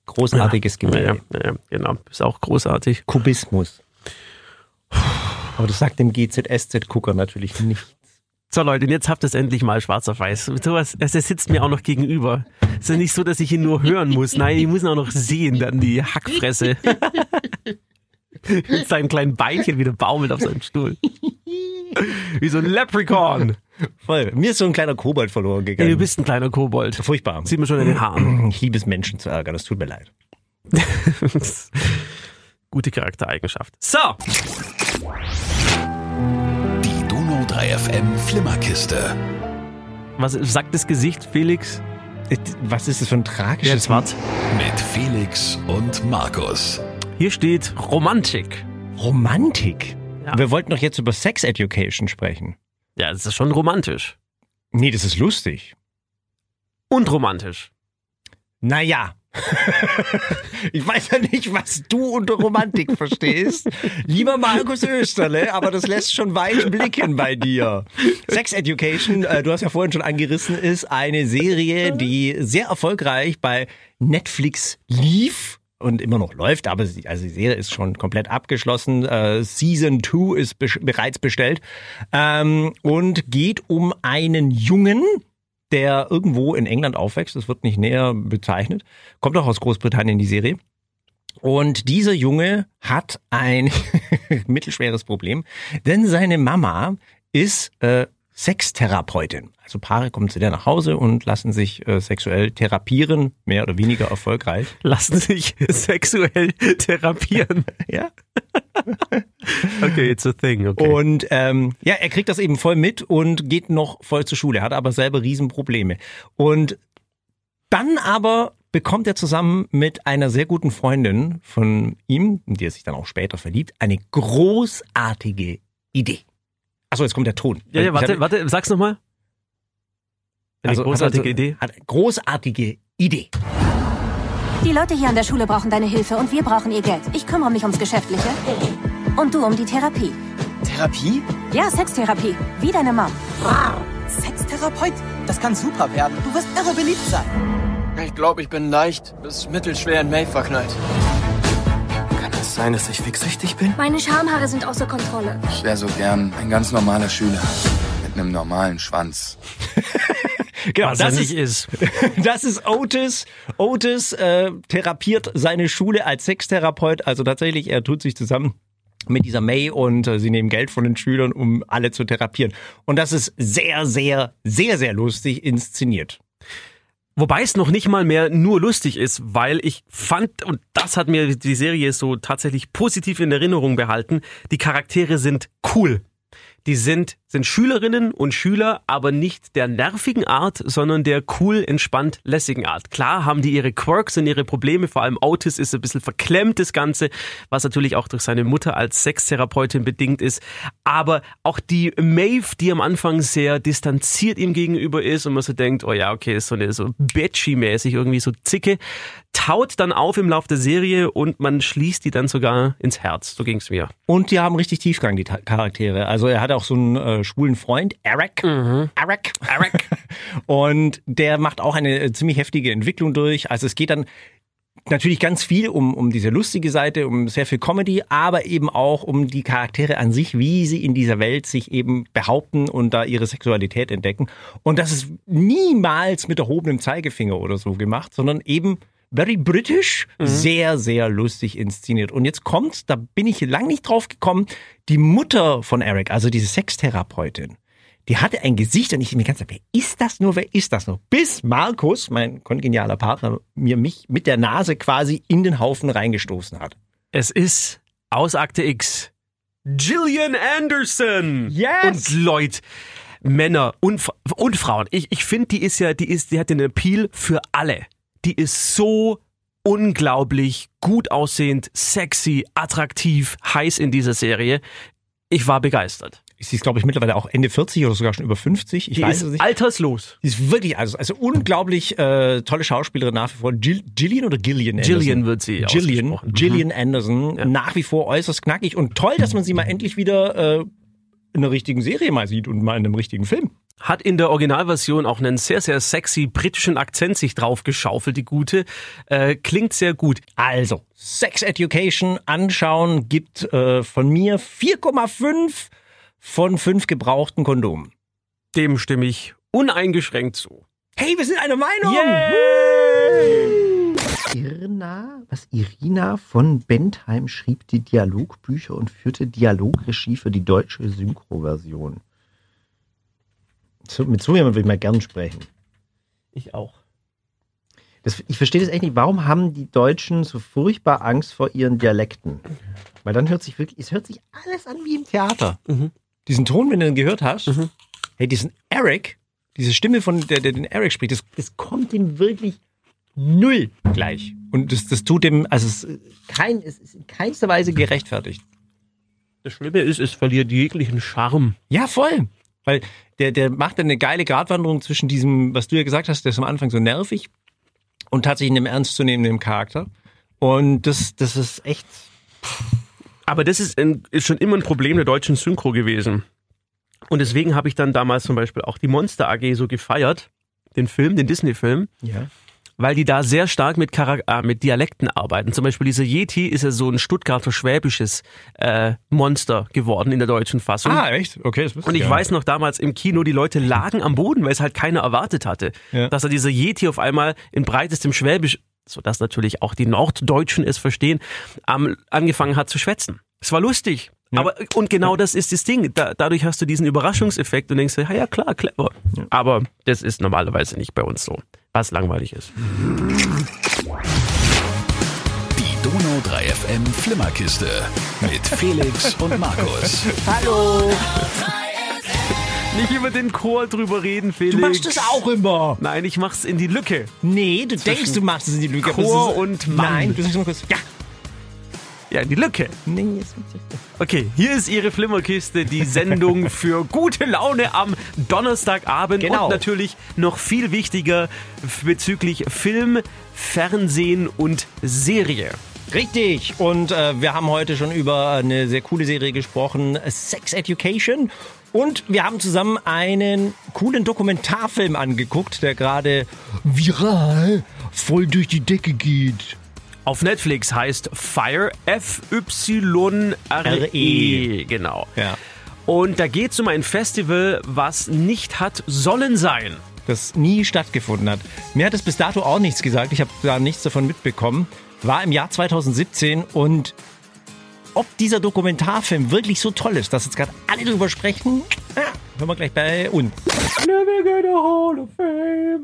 Speaker 3: Großartiges Gemälde.
Speaker 2: Ja, ja, genau. Ist auch großartig.
Speaker 3: Kubismus. Aber das sagt dem GZSZ-Gucker natürlich nicht.
Speaker 2: So Leute, und jetzt habt ihr es endlich mal schwarz auf weiß. Sowas, also es es sitzt mir auch noch gegenüber. Es ist ja nicht so, dass ich ihn nur hören muss. Nein, ich muss ihn auch noch sehen, dann die Hackfresse. Mit seinen kleinen Beinchen wieder baumelt auf seinem Stuhl. Wie so ein Leprechaun.
Speaker 3: Voll. Mir ist so ein kleiner Kobold verloren
Speaker 2: Ey,
Speaker 3: gegangen.
Speaker 2: du bist ein kleiner Kobold.
Speaker 3: Furchtbar.
Speaker 2: Sieht man schon in den Haaren.
Speaker 3: Ich liebe es, Menschen zu ärgern. Das tut mir leid.
Speaker 2: Gute Charaktereigenschaft. So,
Speaker 1: Die Donau 3 FM Flimmerkiste.
Speaker 2: was sagt das Gesicht, Felix?
Speaker 3: Was ist das für ein tragisches
Speaker 2: wart.
Speaker 1: Mit Felix und Markus.
Speaker 2: Hier steht Romantik.
Speaker 3: Romantik?
Speaker 2: Ja.
Speaker 3: Wir wollten doch jetzt über Sex Education sprechen.
Speaker 2: Ja, das ist schon romantisch.
Speaker 3: Nee, das ist lustig.
Speaker 2: Und romantisch.
Speaker 3: Naja. ich weiß ja nicht, was du unter Romantik verstehst. Lieber Markus Österle, aber das lässt schon weit blicken bei dir. Sex Education, äh, du hast ja vorhin schon angerissen, ist eine Serie, die sehr erfolgreich bei Netflix lief und immer noch läuft, aber sie, also die Serie ist schon komplett abgeschlossen. Äh, Season 2 ist besch- bereits bestellt ähm, und geht um einen Jungen, der irgendwo in England aufwächst, das wird nicht näher bezeichnet, kommt auch aus Großbritannien die Serie. Und dieser Junge hat ein mittelschweres Problem, denn seine Mama ist äh, Sextherapeutin. Also Paare kommen zu der nach Hause und lassen sich äh, sexuell therapieren, mehr oder weniger erfolgreich.
Speaker 2: Lassen sich sexuell therapieren.
Speaker 3: Ja.
Speaker 6: Okay, it's a thing. Okay.
Speaker 3: Und ähm, ja, er kriegt das eben voll mit und geht noch voll zur Schule, hat aber selber Riesenprobleme. Und dann aber bekommt er zusammen mit einer sehr guten Freundin von ihm, in die er sich dann auch später verliebt, eine großartige Idee. Achso, jetzt kommt der Ton.
Speaker 2: Ja,
Speaker 6: Äh,
Speaker 2: ja,
Speaker 3: Ich
Speaker 2: warte,
Speaker 3: hab-
Speaker 2: warte, sag's nochmal. Eine
Speaker 3: also,
Speaker 2: großartige
Speaker 3: hat also,
Speaker 2: Idee.
Speaker 3: Hat, großartige Idee.
Speaker 7: Die Leute hier an der Schule brauchen deine Hilfe und wir brauchen ihr Geld. Ich kümmere mich ums Geschäftliche und du um die Therapie.
Speaker 8: Therapie?
Speaker 7: Ja, Sextherapie, wie deine Mom.
Speaker 8: Sextherapeut? Das kann super werden. Du wirst irre beliebt sein.
Speaker 9: Ich glaube, ich bin leicht bis mittelschwer in May verknallt.
Speaker 10: Kann es sein, dass ich wichsüchtig bin?
Speaker 11: Meine Schamhaare sind außer Kontrolle.
Speaker 10: Ich wäre so gern ein ganz normaler Schüler. Mit einem normalen Schwanz.
Speaker 3: Genau, das ist,
Speaker 2: ist.
Speaker 3: das ist Otis. Otis äh, therapiert seine Schule als Sextherapeut. Also tatsächlich, er tut sich zusammen mit dieser May und äh, sie nehmen Geld von den Schülern, um alle zu therapieren. Und das ist sehr, sehr, sehr, sehr lustig inszeniert.
Speaker 2: Wobei es noch nicht mal mehr nur lustig ist, weil ich fand, und das hat mir die Serie so tatsächlich positiv in Erinnerung behalten, die Charaktere sind cool. Die sind, sind Schülerinnen und Schüler, aber nicht der nervigen Art, sondern der cool, entspannt, lässigen Art. Klar haben die ihre Quirks und ihre Probleme, vor allem Otis ist ein bisschen verklemmt, das Ganze, was natürlich auch durch seine Mutter als Sextherapeutin bedingt ist. Aber auch die Maeve, die am Anfang sehr distanziert ihm gegenüber ist und man so denkt, oh ja, okay, ist so eine so Bitchy-mäßig, irgendwie so Zicke, taut dann auf im Laufe der Serie und man schließt die dann sogar ins Herz. So ging's mir.
Speaker 3: Und die haben richtig Tiefgang, die Ta Charaktere. Also er hat auch so einen äh, schwulen Freund, Eric. Eric. Eric. Und der macht auch eine äh, ziemlich heftige Entwicklung durch. Also es geht dann natürlich ganz viel um, um diese lustige Seite, um sehr viel Comedy, aber eben auch um die Charaktere an sich, wie sie in dieser Welt sich eben behaupten und da ihre Sexualität entdecken. Und das ist niemals mit erhobenem Zeigefinger oder so gemacht, sondern eben very british, sehr, sehr lustig inszeniert. Und jetzt kommt, da bin ich lang nicht drauf gekommen, die Mutter von Eric, also diese Sextherapeutin. Die hatte ein Gesicht und ich mir ganz wer ist das nur, wer ist das nur? Bis Markus, mein kongenialer Partner, mir mich mit der Nase quasi in den Haufen reingestoßen hat.
Speaker 2: Es ist aus Akte X. Gillian Anderson!
Speaker 3: Yes!
Speaker 2: Und Leute, Männer und, F- und Frauen. Ich, ich finde, die ist ja, die ist, die hat den Appeal für alle. Die ist so unglaublich gut aussehend, sexy, attraktiv, heiß in dieser Serie. Ich war begeistert.
Speaker 3: Sie ist, glaube ich, mittlerweile auch Ende 40 oder sogar schon über 50. Ich
Speaker 2: Die
Speaker 3: weiß
Speaker 2: ist
Speaker 3: es nicht.
Speaker 2: alterslos.
Speaker 3: Die ist wirklich, also, also unglaublich äh, tolle Schauspielerin nach wie vor. Jill, Jillian oder Gillian? Anderson?
Speaker 2: Gillian wird sie
Speaker 3: Gillian,
Speaker 2: ausgesprochen. Mhm.
Speaker 3: Gillian Anderson, nach wie vor äußerst knackig und toll, dass man sie mal endlich wieder äh, in einer richtigen Serie mal sieht und mal in einem richtigen Film.
Speaker 2: Hat in der Originalversion auch einen sehr, sehr sexy britischen Akzent sich drauf geschaufelt, die gute. Äh, klingt sehr gut.
Speaker 3: Also, Sex Education anschauen gibt äh, von mir 4,5 von 5 gebrauchten Kondomen.
Speaker 2: Dem stimme ich uneingeschränkt zu.
Speaker 3: Hey, wir sind einer Meinung!
Speaker 12: Irina, was Irina von Bentheim schrieb die Dialogbücher und führte Dialogregie für die deutsche Synchroversion. So, mit so jemandem würde ich mal gern sprechen.
Speaker 2: Ich auch.
Speaker 12: Das, ich verstehe das echt nicht. Warum haben die Deutschen so furchtbar Angst vor ihren Dialekten? Weil dann hört sich wirklich, es hört sich alles an wie im Theater.
Speaker 3: Mhm. Diesen Ton, wenn du den gehört hast, hey, diesen Eric, diese Stimme von der, der den Eric spricht, das, das kommt dem wirklich null gleich. Und das, das tut dem, also es, ist kein, es ist in keinster Weise gerechtfertigt.
Speaker 6: das Schlimme ist, es verliert jeglichen Charme.
Speaker 3: Ja, voll. Weil der, der macht dann eine geile Gratwanderung zwischen diesem, was du ja gesagt hast, der ist am Anfang so nervig und tatsächlich einem ernstzunehmenden Charakter. Und das, das ist echt.
Speaker 6: Aber das ist, ein, ist schon immer ein Problem der deutschen Synchro gewesen. Und deswegen habe ich dann damals zum Beispiel auch die Monster AG so gefeiert, den Film, den Disney-Film,
Speaker 3: Ja.
Speaker 6: weil die da sehr stark mit, Charak äh, mit Dialekten arbeiten. Zum Beispiel dieser Yeti ist ja so ein Stuttgarter schwäbisches äh, Monster geworden in der deutschen Fassung.
Speaker 3: Ah, echt? Okay, das wusste
Speaker 6: Und ich
Speaker 3: gar nicht.
Speaker 6: weiß noch damals im Kino, die Leute lagen am Boden, weil es halt keiner erwartet hatte,
Speaker 3: Ja.
Speaker 6: dass da dieser Yeti auf einmal in breitestem Schwäbisch, sodass natürlich auch die Norddeutschen es verstehen, am, angefangen hat zu schwätzen. Es war lustig,
Speaker 2: Aber und genau das ist das Ding. Da, dadurch hast du diesen Überraschungseffekt und denkst, dir, ja, ja klar, clever. Aber das ist normalerweise nicht bei uns so, was langweilig ist.
Speaker 1: Die Donau 3 FM Flimmerkiste mit Felix und Markus.
Speaker 2: Nicht über den Chor drüber reden, Felix.
Speaker 3: Du machst das auch immer.
Speaker 2: Nein, ich mach's in die Lücke.
Speaker 3: Nee, du denkst, du machst es in die Lücke. aber es
Speaker 2: Chor
Speaker 3: ist-
Speaker 2: und Mann.
Speaker 3: Nein, du sagst mal kurz, ja.
Speaker 2: Ja, in die Lücke.
Speaker 3: Nee, jetzt nicht.
Speaker 2: Okay, hier ist Ihre Flimmerkiste, die Sendung für gute Laune am Donnerstagabend.
Speaker 3: Genau.
Speaker 2: Und natürlich noch viel wichtiger f- bezüglich Film, Fernsehen und Serie.
Speaker 3: Richtig. Und äh, wir haben heute schon über eine sehr coole Serie gesprochen, Sex Education. Und wir haben zusammen einen coolen Dokumentarfilm angeguckt, der gerade viral voll durch die Decke geht.
Speaker 2: Auf Netflix heißt Fire F-Y-R-E. E. Genau.
Speaker 3: E. Ja.
Speaker 2: Und da geht es um ein Festival, was nicht hat sollen sein.
Speaker 3: das nie stattgefunden hat. Mir hat es bis dato auch nichts gesagt. Ich habe da nichts davon mitbekommen. War im Jahr 2017 und ob dieser Dokumentarfilm wirklich so toll ist, dass jetzt gerade alle drüber sprechen, ja, hören wir gleich bei uns.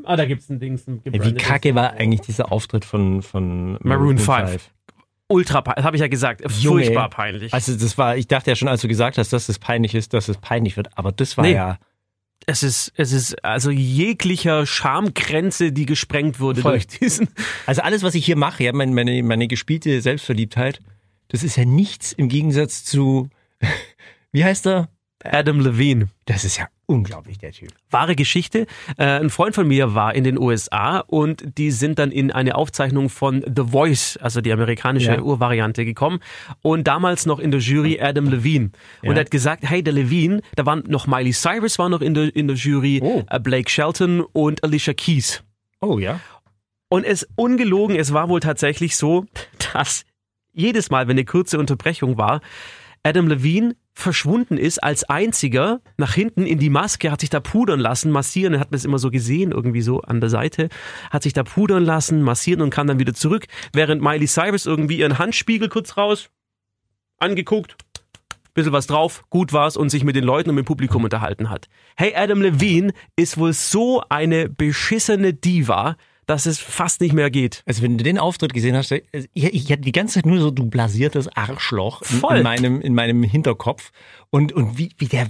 Speaker 2: Ah, da gibt's ein Dings. Ein
Speaker 3: Wie kacke war eigentlich dieser Auftritt von, von
Speaker 2: Maroon 5. Ultra peinlich, habe ich ja gesagt.
Speaker 3: Junge.
Speaker 2: Furchtbar peinlich.
Speaker 3: Also das war, ich dachte ja schon, als du gesagt hast, dass es peinlich ist, dass es peinlich wird, aber das war
Speaker 2: Nee.
Speaker 3: ja
Speaker 2: Es ist, es ist also jeglicher Schamgrenze, die gesprengt wurde
Speaker 3: Voll.
Speaker 2: durch diesen.
Speaker 3: Also alles, was ich hier mache, ja, meine, meine, meine gespielte Selbstverliebtheit, das ist ja nichts im Gegensatz zu, wie heißt er?
Speaker 2: Adam Levine.
Speaker 3: Das ist ja unglaublich, der Typ.
Speaker 2: Wahre Geschichte. Äh, ein Freund von mir war in den USA und die sind dann in eine Aufzeichnung von The Voice, also die amerikanische
Speaker 3: Ja.
Speaker 2: Urvariante, gekommen. Und damals noch in der Jury Adam Levine. Und er hat gesagt, hey, der Levine, da waren noch Miley Cyrus war noch in der, in der Jury,
Speaker 3: Oh.
Speaker 2: äh, Blake Shelton und Alicia Keys.
Speaker 3: Oh ja.
Speaker 2: Und es ungelogen, es war wohl tatsächlich so, dass jedes Mal, wenn eine kurze Unterbrechung war, Adam Levine verschwunden ist als einziger nach hinten in die Maske, hat sich da pudern lassen, massieren, er hat man es immer so gesehen, irgendwie so an der Seite, hat sich da pudern lassen, massieren und kam dann wieder zurück, während Miley Cyrus irgendwie ihren Handspiegel kurz raus angeguckt, bisschen was drauf, gut war's und sich mit den Leuten und mit dem Publikum unterhalten hat. Hey, Adam Levine ist wohl so eine beschissene Diva, dass es fast nicht mehr geht.
Speaker 3: Also wenn du den Auftritt gesehen hast, also ich, ich hatte die ganze Zeit nur so du blasiertes Arschloch in,
Speaker 2: Voll.
Speaker 3: in meinem in meinem Hinterkopf und und wie wie der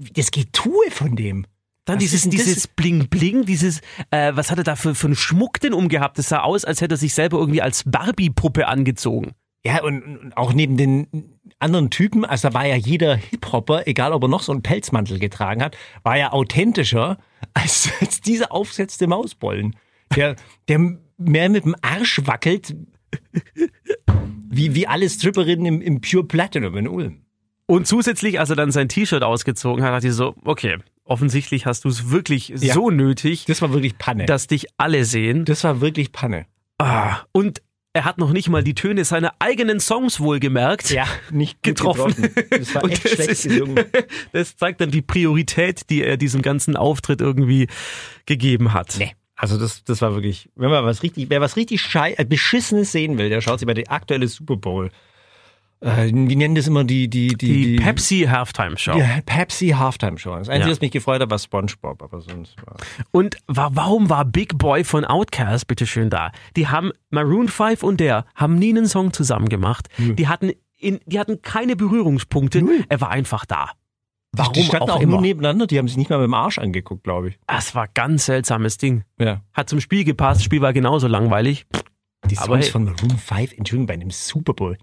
Speaker 3: wie das Getue von dem.
Speaker 2: Dann
Speaker 3: Was
Speaker 2: dieses,
Speaker 3: ist denn das?
Speaker 2: dieses Bling Bling, dieses, äh, was hat er da für, für einen Schmuck denn umgehabt? Das sah aus, als hätte er sich selber irgendwie als Barbie-Puppe angezogen.
Speaker 3: Ja, und, und auch neben den anderen Typen, also da war ja jeder Hip-Hopper, egal ob er noch so einen Pelzmantel getragen hat, war ja authentischer als, als dieser aufsetzte Mausbollen, der, der mehr mit dem Arsch wackelt, wie, wie alle Stripperinnen im, im Pure Platinum in Ulm.
Speaker 2: Und zusätzlich, als er dann sein T-Shirt ausgezogen hat, hat sie so, okay, offensichtlich hast du es wirklich
Speaker 3: Ja.
Speaker 2: so nötig,
Speaker 3: Das war wirklich Panne.
Speaker 2: dass dich alle sehen.
Speaker 3: das war wirklich Panne.
Speaker 2: Ah, und er hat noch nicht mal die Töne seiner eigenen Songs wohlgemerkt.
Speaker 3: Ja, nicht
Speaker 2: gut getroffen.
Speaker 3: Das war
Speaker 2: Und
Speaker 3: echt
Speaker 2: das
Speaker 3: schlecht
Speaker 2: ist-
Speaker 3: gesungen.
Speaker 2: Das zeigt dann die Priorität, die er diesem ganzen Auftritt irgendwie gegeben hat.
Speaker 3: Nee. Also das, das war wirklich, wenn man was richtig, wer was richtig schei äh, beschissenes sehen will, der schaut sich bei der aktuelle Super Bowl. Äh, wie nennen das immer die die
Speaker 2: Die
Speaker 3: die,
Speaker 2: Pepsi Halftime Show.
Speaker 3: die Pepsi Halftime Show. Das Einzige,
Speaker 2: Ja.
Speaker 3: was mich gefreut hat, war SpongeBob, aber sonst war
Speaker 2: Und wa warum war Big Boy von Outkast bitteschön da? Die haben Maroon 5 und der haben nie einen Song zusammen gemacht. Die hatten in, die hatten keine Berührungspunkte. Er war einfach da. Warum
Speaker 3: die standen
Speaker 2: auch,
Speaker 3: auch, nur
Speaker 2: immer.
Speaker 3: nebeneinander, die haben sich nicht mal mit dem Arsch angeguckt, glaube ich.
Speaker 2: Das war ganz seltsames Ding.
Speaker 3: Ja.
Speaker 2: Hat zum Spiel gepasst. Das Spiel war genauso langweilig.
Speaker 3: Die
Speaker 2: Aber
Speaker 3: Songs
Speaker 2: hey.
Speaker 3: von Maroon 5, Entschuldigung, bei einem Super Bowl.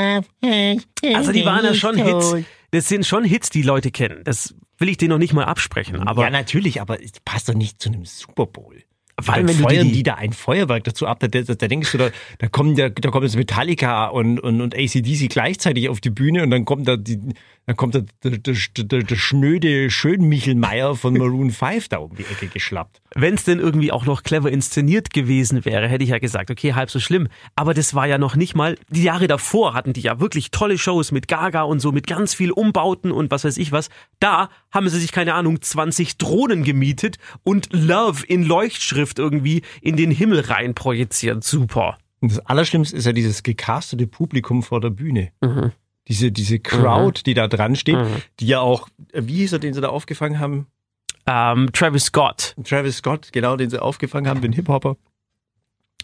Speaker 2: Also die waren ja schon Hits. Das sind schon Hits, die Leute kennen. Das will ich denen noch nicht mal absprechen. Aber
Speaker 3: ja, natürlich, aber es passt doch nicht zu einem Super Bowl.
Speaker 2: Vor allem,
Speaker 3: Dann
Speaker 2: wenn du die-
Speaker 3: feuern die, da ein Feuerwerk dazu ab, da, da, da denkst du, da, da kommen da, da kommen jetzt Metallica und, und, und ACDC gleichzeitig auf die Bühne und dann kommt da die, dann kommt da der, der, der, der schnöde Schönmichelmeier von Maroon 5 da um die Ecke geschlappt.
Speaker 2: wenn es denn irgendwie auch noch clever inszeniert gewesen wäre, hätte ich ja gesagt, okay, halb so schlimm. Aber das war ja noch nicht mal, die Jahre davor hatten die ja wirklich tolle Shows mit Gaga und so, mit ganz viel Umbauten und was weiß ich was. Da haben sie sich, keine Ahnung, 20 Drohnen gemietet und Love in Leuchtschrift irgendwie in den Himmel rein projiziert. Super.
Speaker 3: Und das Allerschlimmste ist ja dieses gecastete Publikum vor der Bühne. Diese, diese Crowd, die da dran steht,
Speaker 6: Mhm.
Speaker 3: die ja auch, wie hieß er, den sie da aufgefangen haben?
Speaker 2: Ähm, Travis Scott.
Speaker 3: Travis Scott, genau, den sie aufgefangen haben, den Hip-Hopper.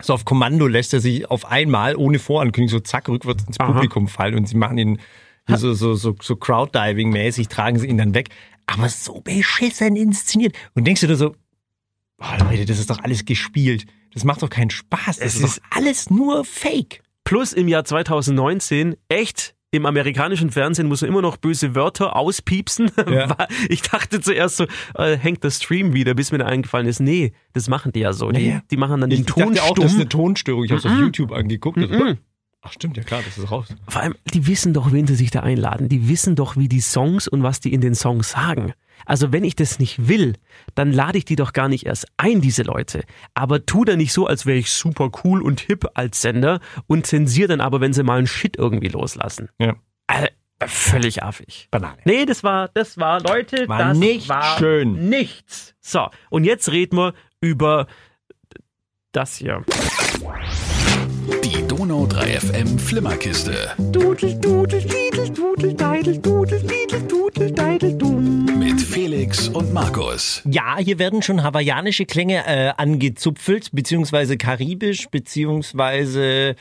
Speaker 3: So auf Kommando lässt er sich auf einmal ohne Vorankündigung so zack rückwärts ins
Speaker 6: Aha.
Speaker 3: Publikum fallen und sie machen ihn hier so, so, so, so Crowd-Diving-mäßig, tragen sie ihn dann weg. Aber so beschissen inszeniert. Und denkst du dir so, oh Leute, das ist doch alles gespielt. Das macht doch keinen Spaß. Das
Speaker 2: Es
Speaker 3: ist,
Speaker 2: ist-
Speaker 3: doch alles nur Fake.
Speaker 2: Plus im Jahr 2019 echt. Im amerikanischen Fernsehen muss man immer noch böse Wörter auspiepsen.
Speaker 3: Ja.
Speaker 2: Ich dachte zuerst so, äh, hängt der Stream wieder, bis mir da eingefallen ist, nee, das machen die ja so. Die,
Speaker 3: Ja, ja.
Speaker 2: die machen dann den Mhm.
Speaker 3: Ich
Speaker 2: Ton
Speaker 3: dachte auch, das ist eine
Speaker 2: stumm.
Speaker 3: Tonstörung. Ich habe es auf YouTube angeguckt. und so, Ach stimmt, ja klar, das ist raus.
Speaker 2: Vor allem, die wissen doch, wen sie sich da einladen. Die wissen doch, wie die Songs und was die in den Songs sagen. Also wenn ich das nicht will, dann lade ich die doch gar nicht erst ein, diese Leute. Aber tu da nicht so, als wäre ich super cool und hip als Sender und zensier dann aber, wenn sie mal einen Shit irgendwie loslassen.
Speaker 3: Ja.
Speaker 2: Äh, völlig affig.
Speaker 3: Banane.
Speaker 2: Nee, das war, das war, Leute,
Speaker 3: War
Speaker 2: das
Speaker 3: nicht
Speaker 2: war
Speaker 3: schön.
Speaker 2: nichts. So, und jetzt reden wir über das hier.
Speaker 1: Die Donau 3 FM Flimmerkiste mit Felix und Markus.
Speaker 3: Ja, hier werden schon hawaiianische Klänge äh, angezupfelt, beziehungsweise karibisch, beziehungsweise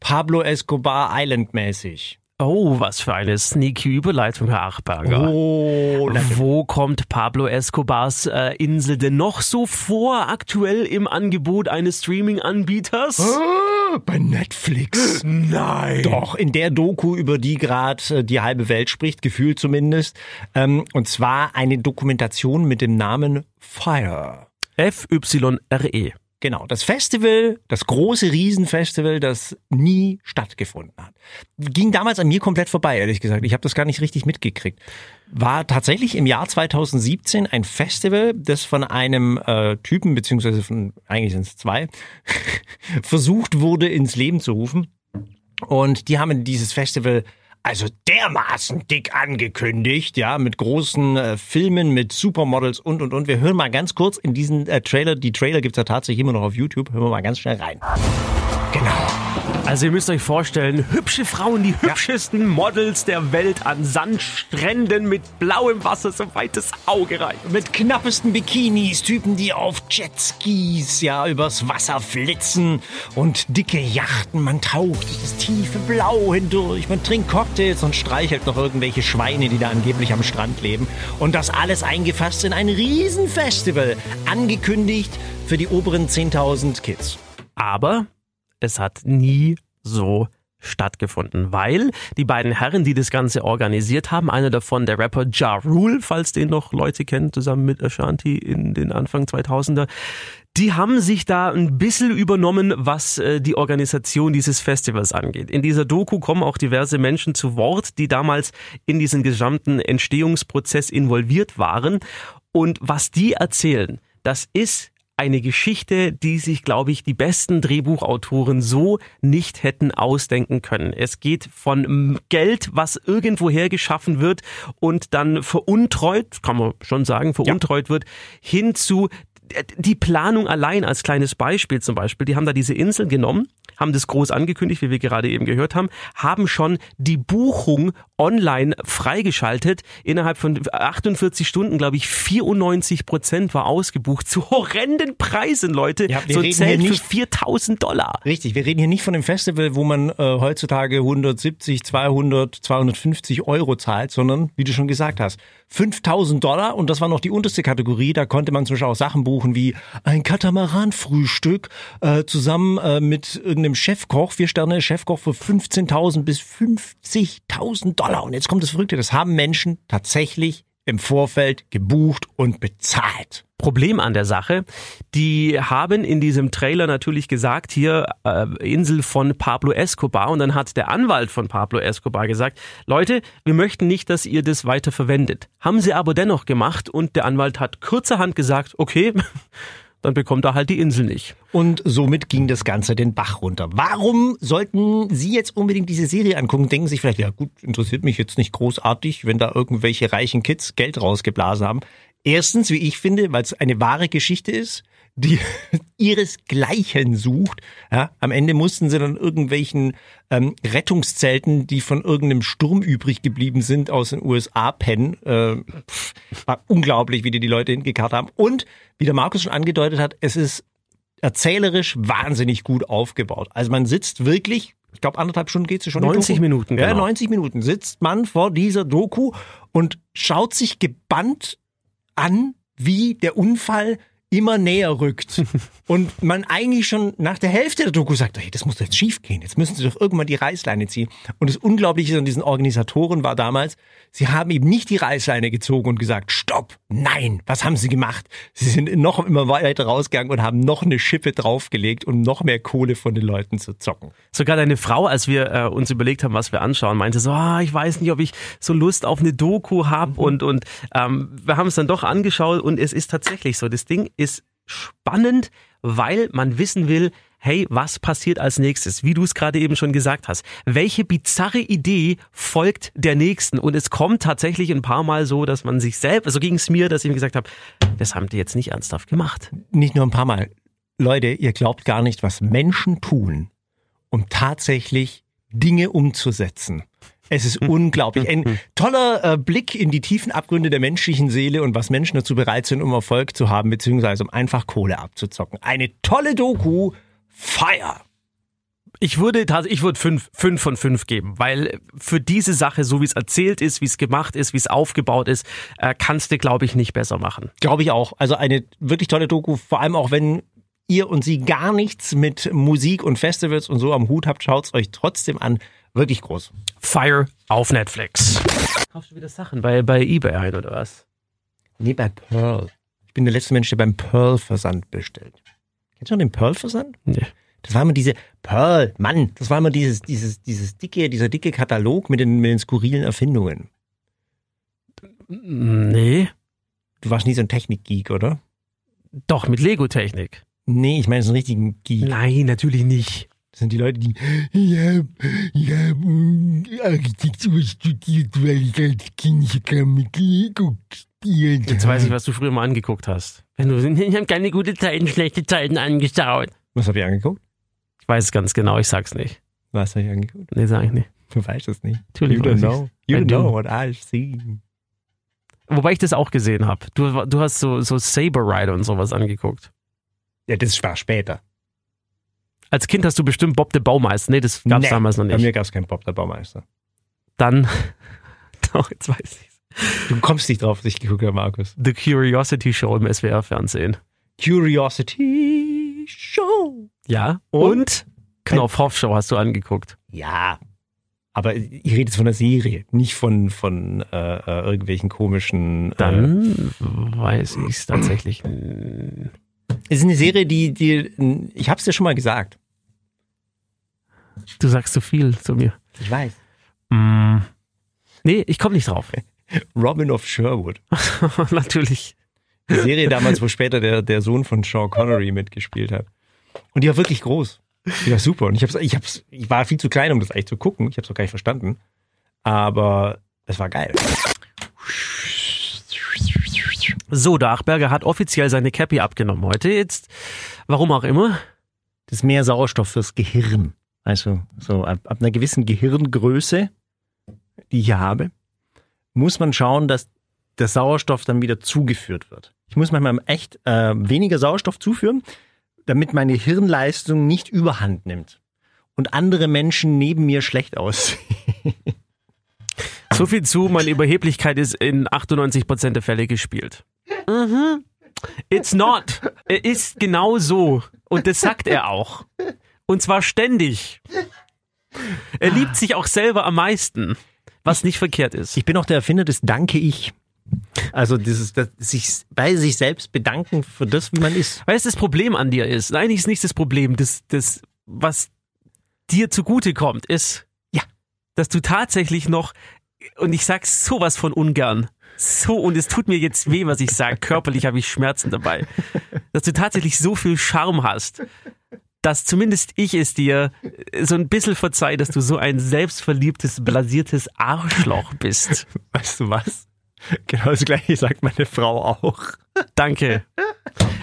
Speaker 3: Pablo Escobar Island-mäßig.
Speaker 2: Oh, was für eine sneaky Überleitung, Herr Achberger.
Speaker 3: Oh, na,
Speaker 2: Wo kommt Pablo Escobars äh, Insel denn noch so vor, aktuell im Angebot eines Streaming-Anbieters?
Speaker 3: Ah, bei Netflix. Äh, Nein. Doch, in der Doku, über die gerade die halbe Welt spricht, gefühlt zumindest. Ähm, und zwar eine Dokumentation mit dem Namen Fire.
Speaker 2: F-Y-R-E.
Speaker 3: Genau, das Festival, das große Riesenfestival, das nie stattgefunden hat. Ging damals an mir komplett vorbei, ehrlich gesagt. Ich habe das gar nicht richtig mitgekriegt. War tatsächlich im Jahr 2017 ein Festival, das von einem äh, Typen, beziehungsweise von, eigentlich sind es zwei, versucht wurde, ins Leben zu rufen. Und die haben dieses Festival also dermaßen dick angekündigt, ja, mit großen äh, Filmen, mit Supermodels und, und, und. Wir hören mal ganz kurz in diesen äh, Trailer, die Trailer gibt's ja tatsächlich immer noch auf YouTube, hören wir mal ganz schnell rein. Genau.
Speaker 2: Also ihr müsst euch vorstellen, hübsche Frauen, die hübschesten Models der Welt an Sandstränden mit blauem Wasser, soweit das Auge reicht.
Speaker 3: Mit knappesten Bikinis, Typen, die auf Jetskis, ja, übers Wasser flitzen und dicke Yachten. Man taucht durch das tiefe Blau hindurch, man trinkt Cocktails und streichelt noch irgendwelche Schweine, die da angeblich am Strand leben. Und das alles eingefasst in ein Riesenfestival, angekündigt für die oberen 10.000 Kids.
Speaker 2: Aber es hat nie so stattgefunden, weil die beiden Herren, die das Ganze organisiert haben, einer davon der Rapper Ja Rule, falls den noch Leute kennen, zusammen mit Ashanti in den Anfang 2000er, die haben sich da ein bisschen übernommen, was äh, die Organisation dieses Festivals angeht. In dieser Doku kommen auch diverse Menschen zu Wort, die damals in diesen gesamten Entstehungsprozess involviert waren. Und was die erzählen, das ist eine Geschichte, die sich, glaube ich, die besten Drehbuchautoren so nicht hätten ausdenken können. Es geht von m, Geld, was irgendwoher geschaffen wird und dann veruntreut, kann man schon sagen, veruntreut wird, hin zu d- die Planung allein als kleines Beispiel zum Beispiel. Die haben da diese Insel genommen, haben das groß angekündigt, wie wir gerade eben gehört haben, haben schon die Buchung online freigeschaltet. Innerhalb von 48 Stunden, glaube ich, 94 Prozent war ausgebucht. Zu horrenden Preisen, Leute.
Speaker 3: Ja, wir
Speaker 2: so ein
Speaker 3: reden
Speaker 2: Zelt
Speaker 3: hier
Speaker 2: für
Speaker 3: nicht-
Speaker 2: 4000 Dollar.
Speaker 3: Richtig, wir reden hier nicht von einem Festival, wo man äh, heutzutage 170, 200, 250 Euro zahlt, sondern, wie du schon gesagt hast, 5000 Dollar und das war noch die unterste Kategorie. Da konnte man zum Beispiel auch Sachen buchen wie ein Katamaran-Frühstück äh, zusammen äh, mit irgendeinem Chefkoch, vier Sterne Chefkoch für 15.000 bis 50.000 Dollar. Und jetzt kommt das Verrückte, das haben Menschen tatsächlich im Vorfeld gebucht und bezahlt.
Speaker 2: Problem an der Sache. Die haben in diesem Trailer natürlich gesagt, hier äh, Insel von Pablo Escobar. Und dann hat der Anwalt von Pablo Escobar gesagt, Leute, wir möchten nicht, dass ihr das weiter verwendet. Haben sie aber dennoch gemacht und der Anwalt hat kurzerhand gesagt, okay, dann bekommt er halt die Insel nicht.
Speaker 3: Und somit ging das Ganze den Bach runter. Warum sollten Sie jetzt unbedingt diese Serie angucken? Denken Sie sich vielleicht, ja gut, interessiert mich jetzt nicht großartig, wenn da irgendwelche reichen Kids Geld rausgeblasen haben. Erstens, wie ich finde, weil es eine wahre Geschichte ist, die ihresgleichen sucht. Ja, am Ende mussten sie dann irgendwelchen ähm, Rettungszelten, die von irgendeinem Sturm übrig geblieben sind, aus den USA pennen. Ähm, pff, war unglaublich, wie die die Leute hingekarrt haben. Und wie der Markus schon angedeutet hat, es ist erzählerisch wahnsinnig gut aufgebaut. Also man sitzt wirklich, ich glaube anderthalb Stunden geht es schon. die
Speaker 6: 90
Speaker 3: Doku.
Speaker 6: Minuten,
Speaker 3: Ja,
Speaker 6: genau.
Speaker 3: 90 Minuten sitzt man vor dieser Doku und schaut sich gebannt an, wie der Unfall immer näher rückt. Und man eigentlich schon nach der Hälfte der Doku sagt, hey, das muss doch jetzt schief gehen, jetzt müssen sie doch irgendwann die Reißleine ziehen. Und das Unglaubliche an diesen Organisatoren war damals, sie haben eben nicht die Reißleine gezogen und gesagt, stopp, nein, was haben sie gemacht? Sie sind noch immer weiter rausgegangen und haben noch eine Schippe draufgelegt, um noch mehr Kohle von den Leuten zu zocken.
Speaker 2: Sogar deine Frau, als wir äh, uns überlegt haben, was wir anschauen, meinte so, ah, ich weiß nicht, ob ich so Lust auf eine Doku habe und, und ähm, wir haben es dann doch angeschaut und es ist tatsächlich so. Das Ding ist spannend, weil man wissen will, hey, was passiert als nächstes? Wie du es gerade eben schon gesagt hast. Welche bizarre Idee folgt der nächsten? Und es kommt tatsächlich ein paar Mal so, dass man sich selbst, so ging es mir, dass ich mir gesagt habe, das haben die jetzt nicht ernsthaft gemacht.
Speaker 3: nicht nur ein paar Mal. Leute, ihr glaubt gar nicht, was Menschen tun, um tatsächlich Dinge umzusetzen. Es ist unglaublich. Ein toller äh, Blick in die tiefen Abgründe der menschlichen Seele und was Menschen dazu bereit sind, um Erfolg zu haben, beziehungsweise um einfach Kohle abzuzocken. Eine tolle Doku. Fire!
Speaker 2: Ich würde tats- ich würde fünf, fünf von fünf geben, weil für diese Sache, so wie es erzählt ist, wie es gemacht ist, wie es aufgebaut ist, äh, kannst du, glaube ich, nicht besser machen.
Speaker 3: Glaube ich auch. Also eine wirklich tolle Doku, vor allem auch wenn ihr und sie gar nichts mit Musik und Festivals und so am Hut habt, schaut es euch trotzdem an. Wirklich groß.
Speaker 2: Fire auf Netflix. Kaufst du wieder Sachen bei, bei eBay ein oder was?
Speaker 3: Nee, bei Pearl. Ich bin der letzte Mensch, der beim Pearl-Versand bestellt. Kennst du noch den Pearl-Versand?
Speaker 2: Nee.
Speaker 3: Das war immer diese Pearl, Mann, das war immer dieses, dieses, dieses dicke, dieser dicke Katalog mit den, mit den skurrilen Erfindungen.
Speaker 2: Nee.
Speaker 3: Du warst nie so ein Technik-Geek, oder?
Speaker 2: Doch, mit Lego-Technik.
Speaker 3: Nee, ich meine so einen richtigen Geek.
Speaker 2: Nein, natürlich nicht.
Speaker 3: Das sind die Leute, die, ich hab, ich hab ähm, Architektur studiert, weil ich als Kind kam mit Lego gespielt
Speaker 2: Jetzt weiß ich, was du früher mal angeguckt hast. Wenn du, ich habe keine gute Zeiten, schlechte Zeiten angeschaut.
Speaker 3: Was hab ich angeguckt?
Speaker 2: Ich weiß es ganz genau, ich sag's nicht.
Speaker 3: Was hab ich angeguckt?
Speaker 2: Nee, sag ich nicht.
Speaker 3: Du weißt es nicht.
Speaker 2: Natürlich
Speaker 3: you don't
Speaker 2: weiß
Speaker 3: know.
Speaker 2: ich's.
Speaker 3: You
Speaker 2: I
Speaker 3: don't
Speaker 2: do.
Speaker 3: know what I've seen.
Speaker 2: Wobei ich das auch gesehen habe. Du, du hast so, so Saber Rider und sowas angeguckt.
Speaker 3: Ja, das war später.
Speaker 2: Als Kind hast du bestimmt Bob the Baumeister. Nee, das gab es
Speaker 3: Nee,
Speaker 2: damals noch
Speaker 3: Bei mir
Speaker 2: nicht.
Speaker 3: gab es keinen Bob der Baumeister.
Speaker 2: Dann, doch, jetzt weiß ich
Speaker 3: Du kommst nicht drauf, dass ich geguckt habe, Markus.
Speaker 2: The Curiosity Show im SWR-Fernsehen.
Speaker 3: Curiosity Show.
Speaker 2: Ja.
Speaker 3: Und?
Speaker 2: Und, Knopfhoff Show hast du angeguckt.
Speaker 3: Ja. Aber ich rede jetzt von der Serie, nicht von, von äh, äh, irgendwelchen komischen. Äh,
Speaker 2: Dann weiß ich es tatsächlich. n-
Speaker 3: es ist eine Serie, die, die. Ich hab's dir schon mal gesagt.
Speaker 2: Du sagst zu viel zu mir.
Speaker 3: Ich weiß.
Speaker 2: Mm. Nee, ich komme nicht drauf.
Speaker 3: Robin of Sherwood.
Speaker 2: Natürlich.
Speaker 3: Die Serie damals, wo später der, der Sohn von Sean Connery mitgespielt hat. Und die war wirklich groß. Die war super. Und ich, hab's, ich, hab's, ich war viel zu klein, um das eigentlich zu gucken. Ich habe es auch gar nicht verstanden. Aber es war geil.
Speaker 2: So, der Achberger hat offiziell seine Cappy abgenommen heute. Jetzt, warum auch immer.
Speaker 3: Das ist mehr Sauerstoff fürs Gehirn. Also so ab, ab einer gewissen Gehirngröße, die ich habe, muss man schauen, dass der Sauerstoff dann wieder zugeführt wird. Ich muss manchmal echt äh, weniger Sauerstoff zuführen, damit meine Hirnleistung nicht überhand nimmt und andere Menschen neben mir schlecht aussehen.
Speaker 2: So viel zu, meine Überheblichkeit ist in 98% der Fälle gespielt. Mhm. It's not. Er ist genau so. Und das sagt er auch. Und zwar ständig. Er liebt sich auch selber am meisten, was nicht verkehrt ist.
Speaker 3: Ich bin auch der Erfinder des Danke ich. Also dieses das, sich bei sich selbst bedanken für das, wie man ist.
Speaker 2: Weißt du, das Problem an dir ist, eigentlich ist nicht das Problem, das, das was dir zugute kommt, ist,
Speaker 3: Ja.
Speaker 2: dass du tatsächlich noch, und ich sag's sowas von ungern, so, und es tut mir jetzt weh, was ich sage, körperlich habe ich Schmerzen dabei, dass du tatsächlich so viel Charme hast, dass zumindest ich es dir so ein bisschen verzeih, dass du so ein selbstverliebtes, blasiertes Arschloch bist.
Speaker 3: Weißt du was? Genau das gleiche sagt meine Frau auch.
Speaker 2: Danke.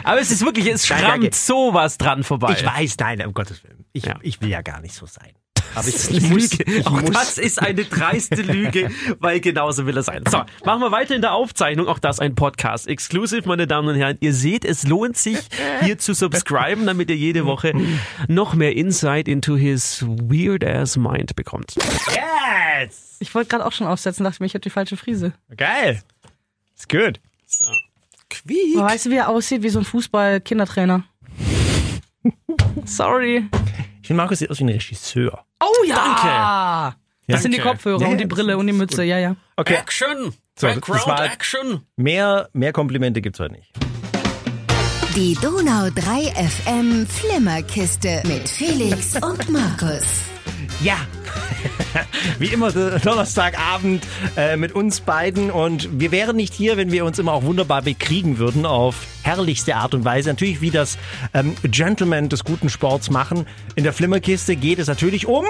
Speaker 2: Aber es ist wirklich, es
Speaker 3: Nein, danke.
Speaker 2: schrammt sowas dran vorbei.
Speaker 3: Ich weiß, nein, um Gottes Willen. Ich,
Speaker 6: Ja.
Speaker 3: ich will ja gar nicht so sein.
Speaker 2: Aber ich, ich muss, auch das ist eine dreiste Lüge, weil genauso will er sein. So, machen wir weiter in der Aufzeichnung. Auch das ein Podcast. Exclusive, meine Damen und Herren. Ihr seht, es lohnt sich, hier zu subscriben, damit ihr jede Woche noch mehr Insight into his weird ass mind bekommt.
Speaker 3: Yes!
Speaker 13: Ich wollte gerade auch schon aufsetzen, dachte mir, ich habe die falsche Frise.
Speaker 3: Geil. It's good.
Speaker 13: Wie? Aber weißt du, wie er aussieht? Wie so ein Fußball-Kindertrainer. Sorry.
Speaker 3: Ich finde, Markus sieht aus wie ein Regisseur.
Speaker 13: Oh ja! Danke. Das sind die
Speaker 3: Danke.
Speaker 13: Kopfhörer
Speaker 3: Ja,
Speaker 13: und die Brille und die Mütze, ja, ja.
Speaker 3: Okay.
Speaker 6: Action!
Speaker 3: So, das war-
Speaker 6: Action!
Speaker 3: Mehr, mehr Komplimente gibt's heute nicht.
Speaker 14: Die Donau 3 FM Flimmerkiste mit Felix und Markus.
Speaker 3: Ja. Wie immer äh, Donnerstagabend äh, mit uns beiden und wir wären nicht hier, wenn wir uns immer auch wunderbar bekriegen würden auf herrlichste Art und Weise. Natürlich wie das ähm, Gentleman des guten Sports machen. In der Flimmerkiste geht es natürlich um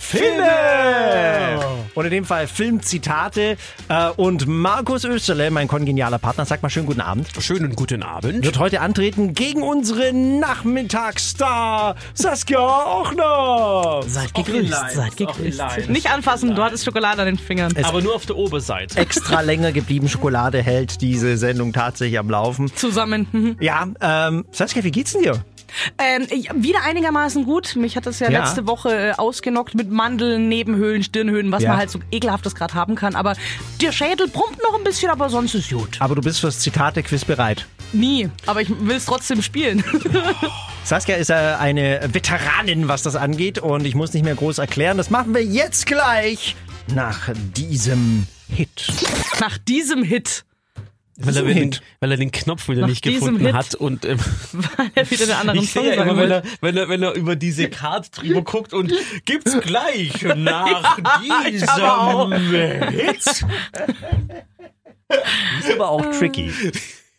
Speaker 3: Filme. Und in dem Fall Filmzitate äh, und Markus Österle, mein kongenialer Partner, sagt mal schönen guten Abend.
Speaker 6: Schönen guten Abend.
Speaker 3: Wird heute antreten gegen unsere Nachmittagsstar Saskia Ochner.
Speaker 13: Seid
Speaker 2: gegrüßt, Lines, seid auch in gegrüßt. Lines.
Speaker 13: Nicht anfassen, du hattest Schokolade an den Fingern.
Speaker 2: Aber nur auf der Oberseite.
Speaker 3: extra länger geblieben Schokolade hält diese Sendung tatsächlich am Laufen.
Speaker 13: Zusammen. mhm.
Speaker 3: Ja, ähm, Saskia, wie geht's denn dir?
Speaker 13: Ähm, ich- wieder einigermaßen gut. Mich hat das ja,
Speaker 3: Ja.
Speaker 13: letzte Woche äh, ausgenockt mit Mandeln, Nebenhöhlen, Stirnhöhlen, was
Speaker 3: Ja.
Speaker 13: man halt so ekelhaftes gerade haben kann. Aber der Schädel brummt noch ein bisschen, aber sonst ist gut.
Speaker 3: Aber du bist fürs Zitate-Quiz bereit.
Speaker 13: Nie. Aber ich will es trotzdem spielen.
Speaker 3: Saskia ist äh, eine Veteranin, was das angeht und ich muss nicht mehr groß erklären. Das machen wir jetzt gleich nach diesem Hit.
Speaker 13: Nach diesem Hit,
Speaker 6: Weil er,
Speaker 3: Diesem
Speaker 6: den,
Speaker 3: Hit.
Speaker 6: weil er den Knopf wieder
Speaker 13: Nach
Speaker 6: nicht
Speaker 13: diesem
Speaker 6: gefunden
Speaker 13: Hit.
Speaker 6: hat und ähm,
Speaker 13: weil er wieder einen anderen
Speaker 6: ich
Speaker 13: Song
Speaker 6: sehe ja
Speaker 13: sagen
Speaker 6: immer, wenn
Speaker 13: wollte.
Speaker 6: er, wenn, er, wenn er über diese Karte drüber guckt und gibt's gleich nach diesem Hit.
Speaker 3: Ist aber auch tricky.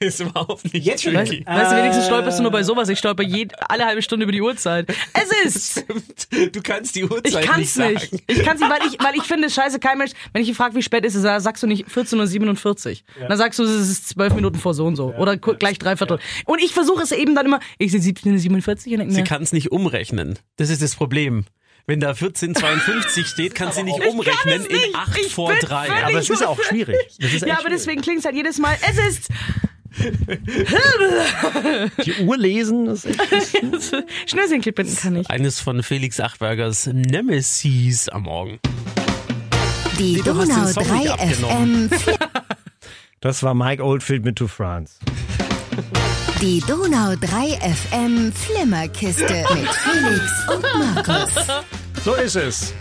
Speaker 6: Ist überhaupt nicht
Speaker 3: Jetzt schon
Speaker 13: Weißt,
Speaker 6: tricky.
Speaker 13: weißt du, wenigstens stolperst du nur bei sowas. Ich stolper jed alle halbe Stunde über die Uhrzeit. Es ist!
Speaker 6: Du kannst die Uhrzeit
Speaker 13: Ich kann's nicht.
Speaker 6: sagen.
Speaker 13: Ich kann's nicht, weil ich, weil ich finde, scheiße, kein Mensch, wenn ich ihn frage, wie spät ist es, dann sagst du nicht 14.47 Uhr. Dann sagst du, es ist zwölf Minuten vor so und so. Oder ku- gleich drei Viertel. Und ich versuche es eben dann immer, ich sehe 17.47 Uhr und denk
Speaker 6: Sie
Speaker 13: mir,
Speaker 6: kann's nicht umrechnen. Das ist das Problem. Wenn da 1452 steht, kann sie nicht
Speaker 13: Ich kann
Speaker 6: umrechnen
Speaker 13: es nicht.
Speaker 6: in 8
Speaker 13: Ich
Speaker 6: vor
Speaker 13: bin
Speaker 6: 3.
Speaker 13: völlig-
Speaker 3: Aber es ist auch schwierig. Das ist echt
Speaker 13: ja, aber deswegen klingt's halt jedes Mal, es ist,
Speaker 3: schwierig. Die Uhr lesen, das ist echt
Speaker 13: Schnürsenkel binden kann ich.
Speaker 6: Eines von Felix Achbergers Nemesis am Morgen.
Speaker 14: Die
Speaker 6: du hast den
Speaker 14: Donau
Speaker 6: Song nicht
Speaker 14: 3
Speaker 6: abgenommen.
Speaker 14: FM,
Speaker 3: Das war Mike Oldfield mit To France.
Speaker 14: die Donau 3 FM Flimmerkiste mit Felix und Markus.
Speaker 3: So ist es.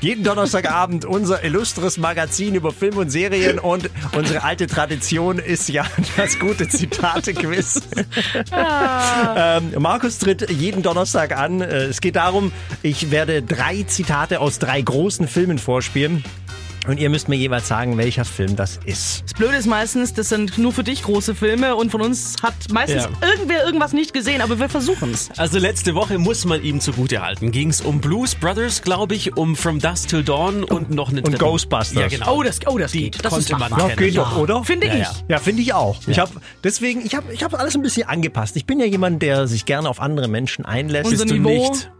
Speaker 3: Jeden Donnerstagabend unser illustres Magazin über Film und Serien und unsere alte Tradition ist ja das gute Zitate-Quiz. ähm, Markus tritt jeden Donnerstag an. Äh, Es geht darum, ich werde drei Zitate aus drei großen Filmen vorspielen. Und ihr müsst mir jeweils sagen, welcher Film das ist.
Speaker 13: Das Blöde ist meistens, das sind nur für dich große Filme und von uns hat meistens
Speaker 6: Ja.
Speaker 13: irgendwer irgendwas nicht gesehen, aber wir versuchen's.
Speaker 6: Also letzte Woche muss man ihm zugutehalten. Ging es um Blues Brothers, glaube ich, um From Dusk Till Dawn und noch eine
Speaker 3: Und
Speaker 6: dritte.
Speaker 3: Ghostbusters.
Speaker 6: Ja, genau.
Speaker 13: Oh, das, oh, das
Speaker 6: Die
Speaker 13: geht. Das ist
Speaker 6: konnte man
Speaker 13: machbar.
Speaker 6: kennen.
Speaker 3: Geht doch, oder?
Speaker 13: Finde
Speaker 6: Ja,
Speaker 13: ich.
Speaker 6: ja.
Speaker 3: Ja, finde ich auch. Ich habe deswegen, ich habe, ich habe alles ein bisschen angepasst. Ich bin ja jemand, der sich gerne auf andere Menschen einlässt.
Speaker 13: Unser
Speaker 3: Bist du
Speaker 13: Niveau.
Speaker 3: nicht?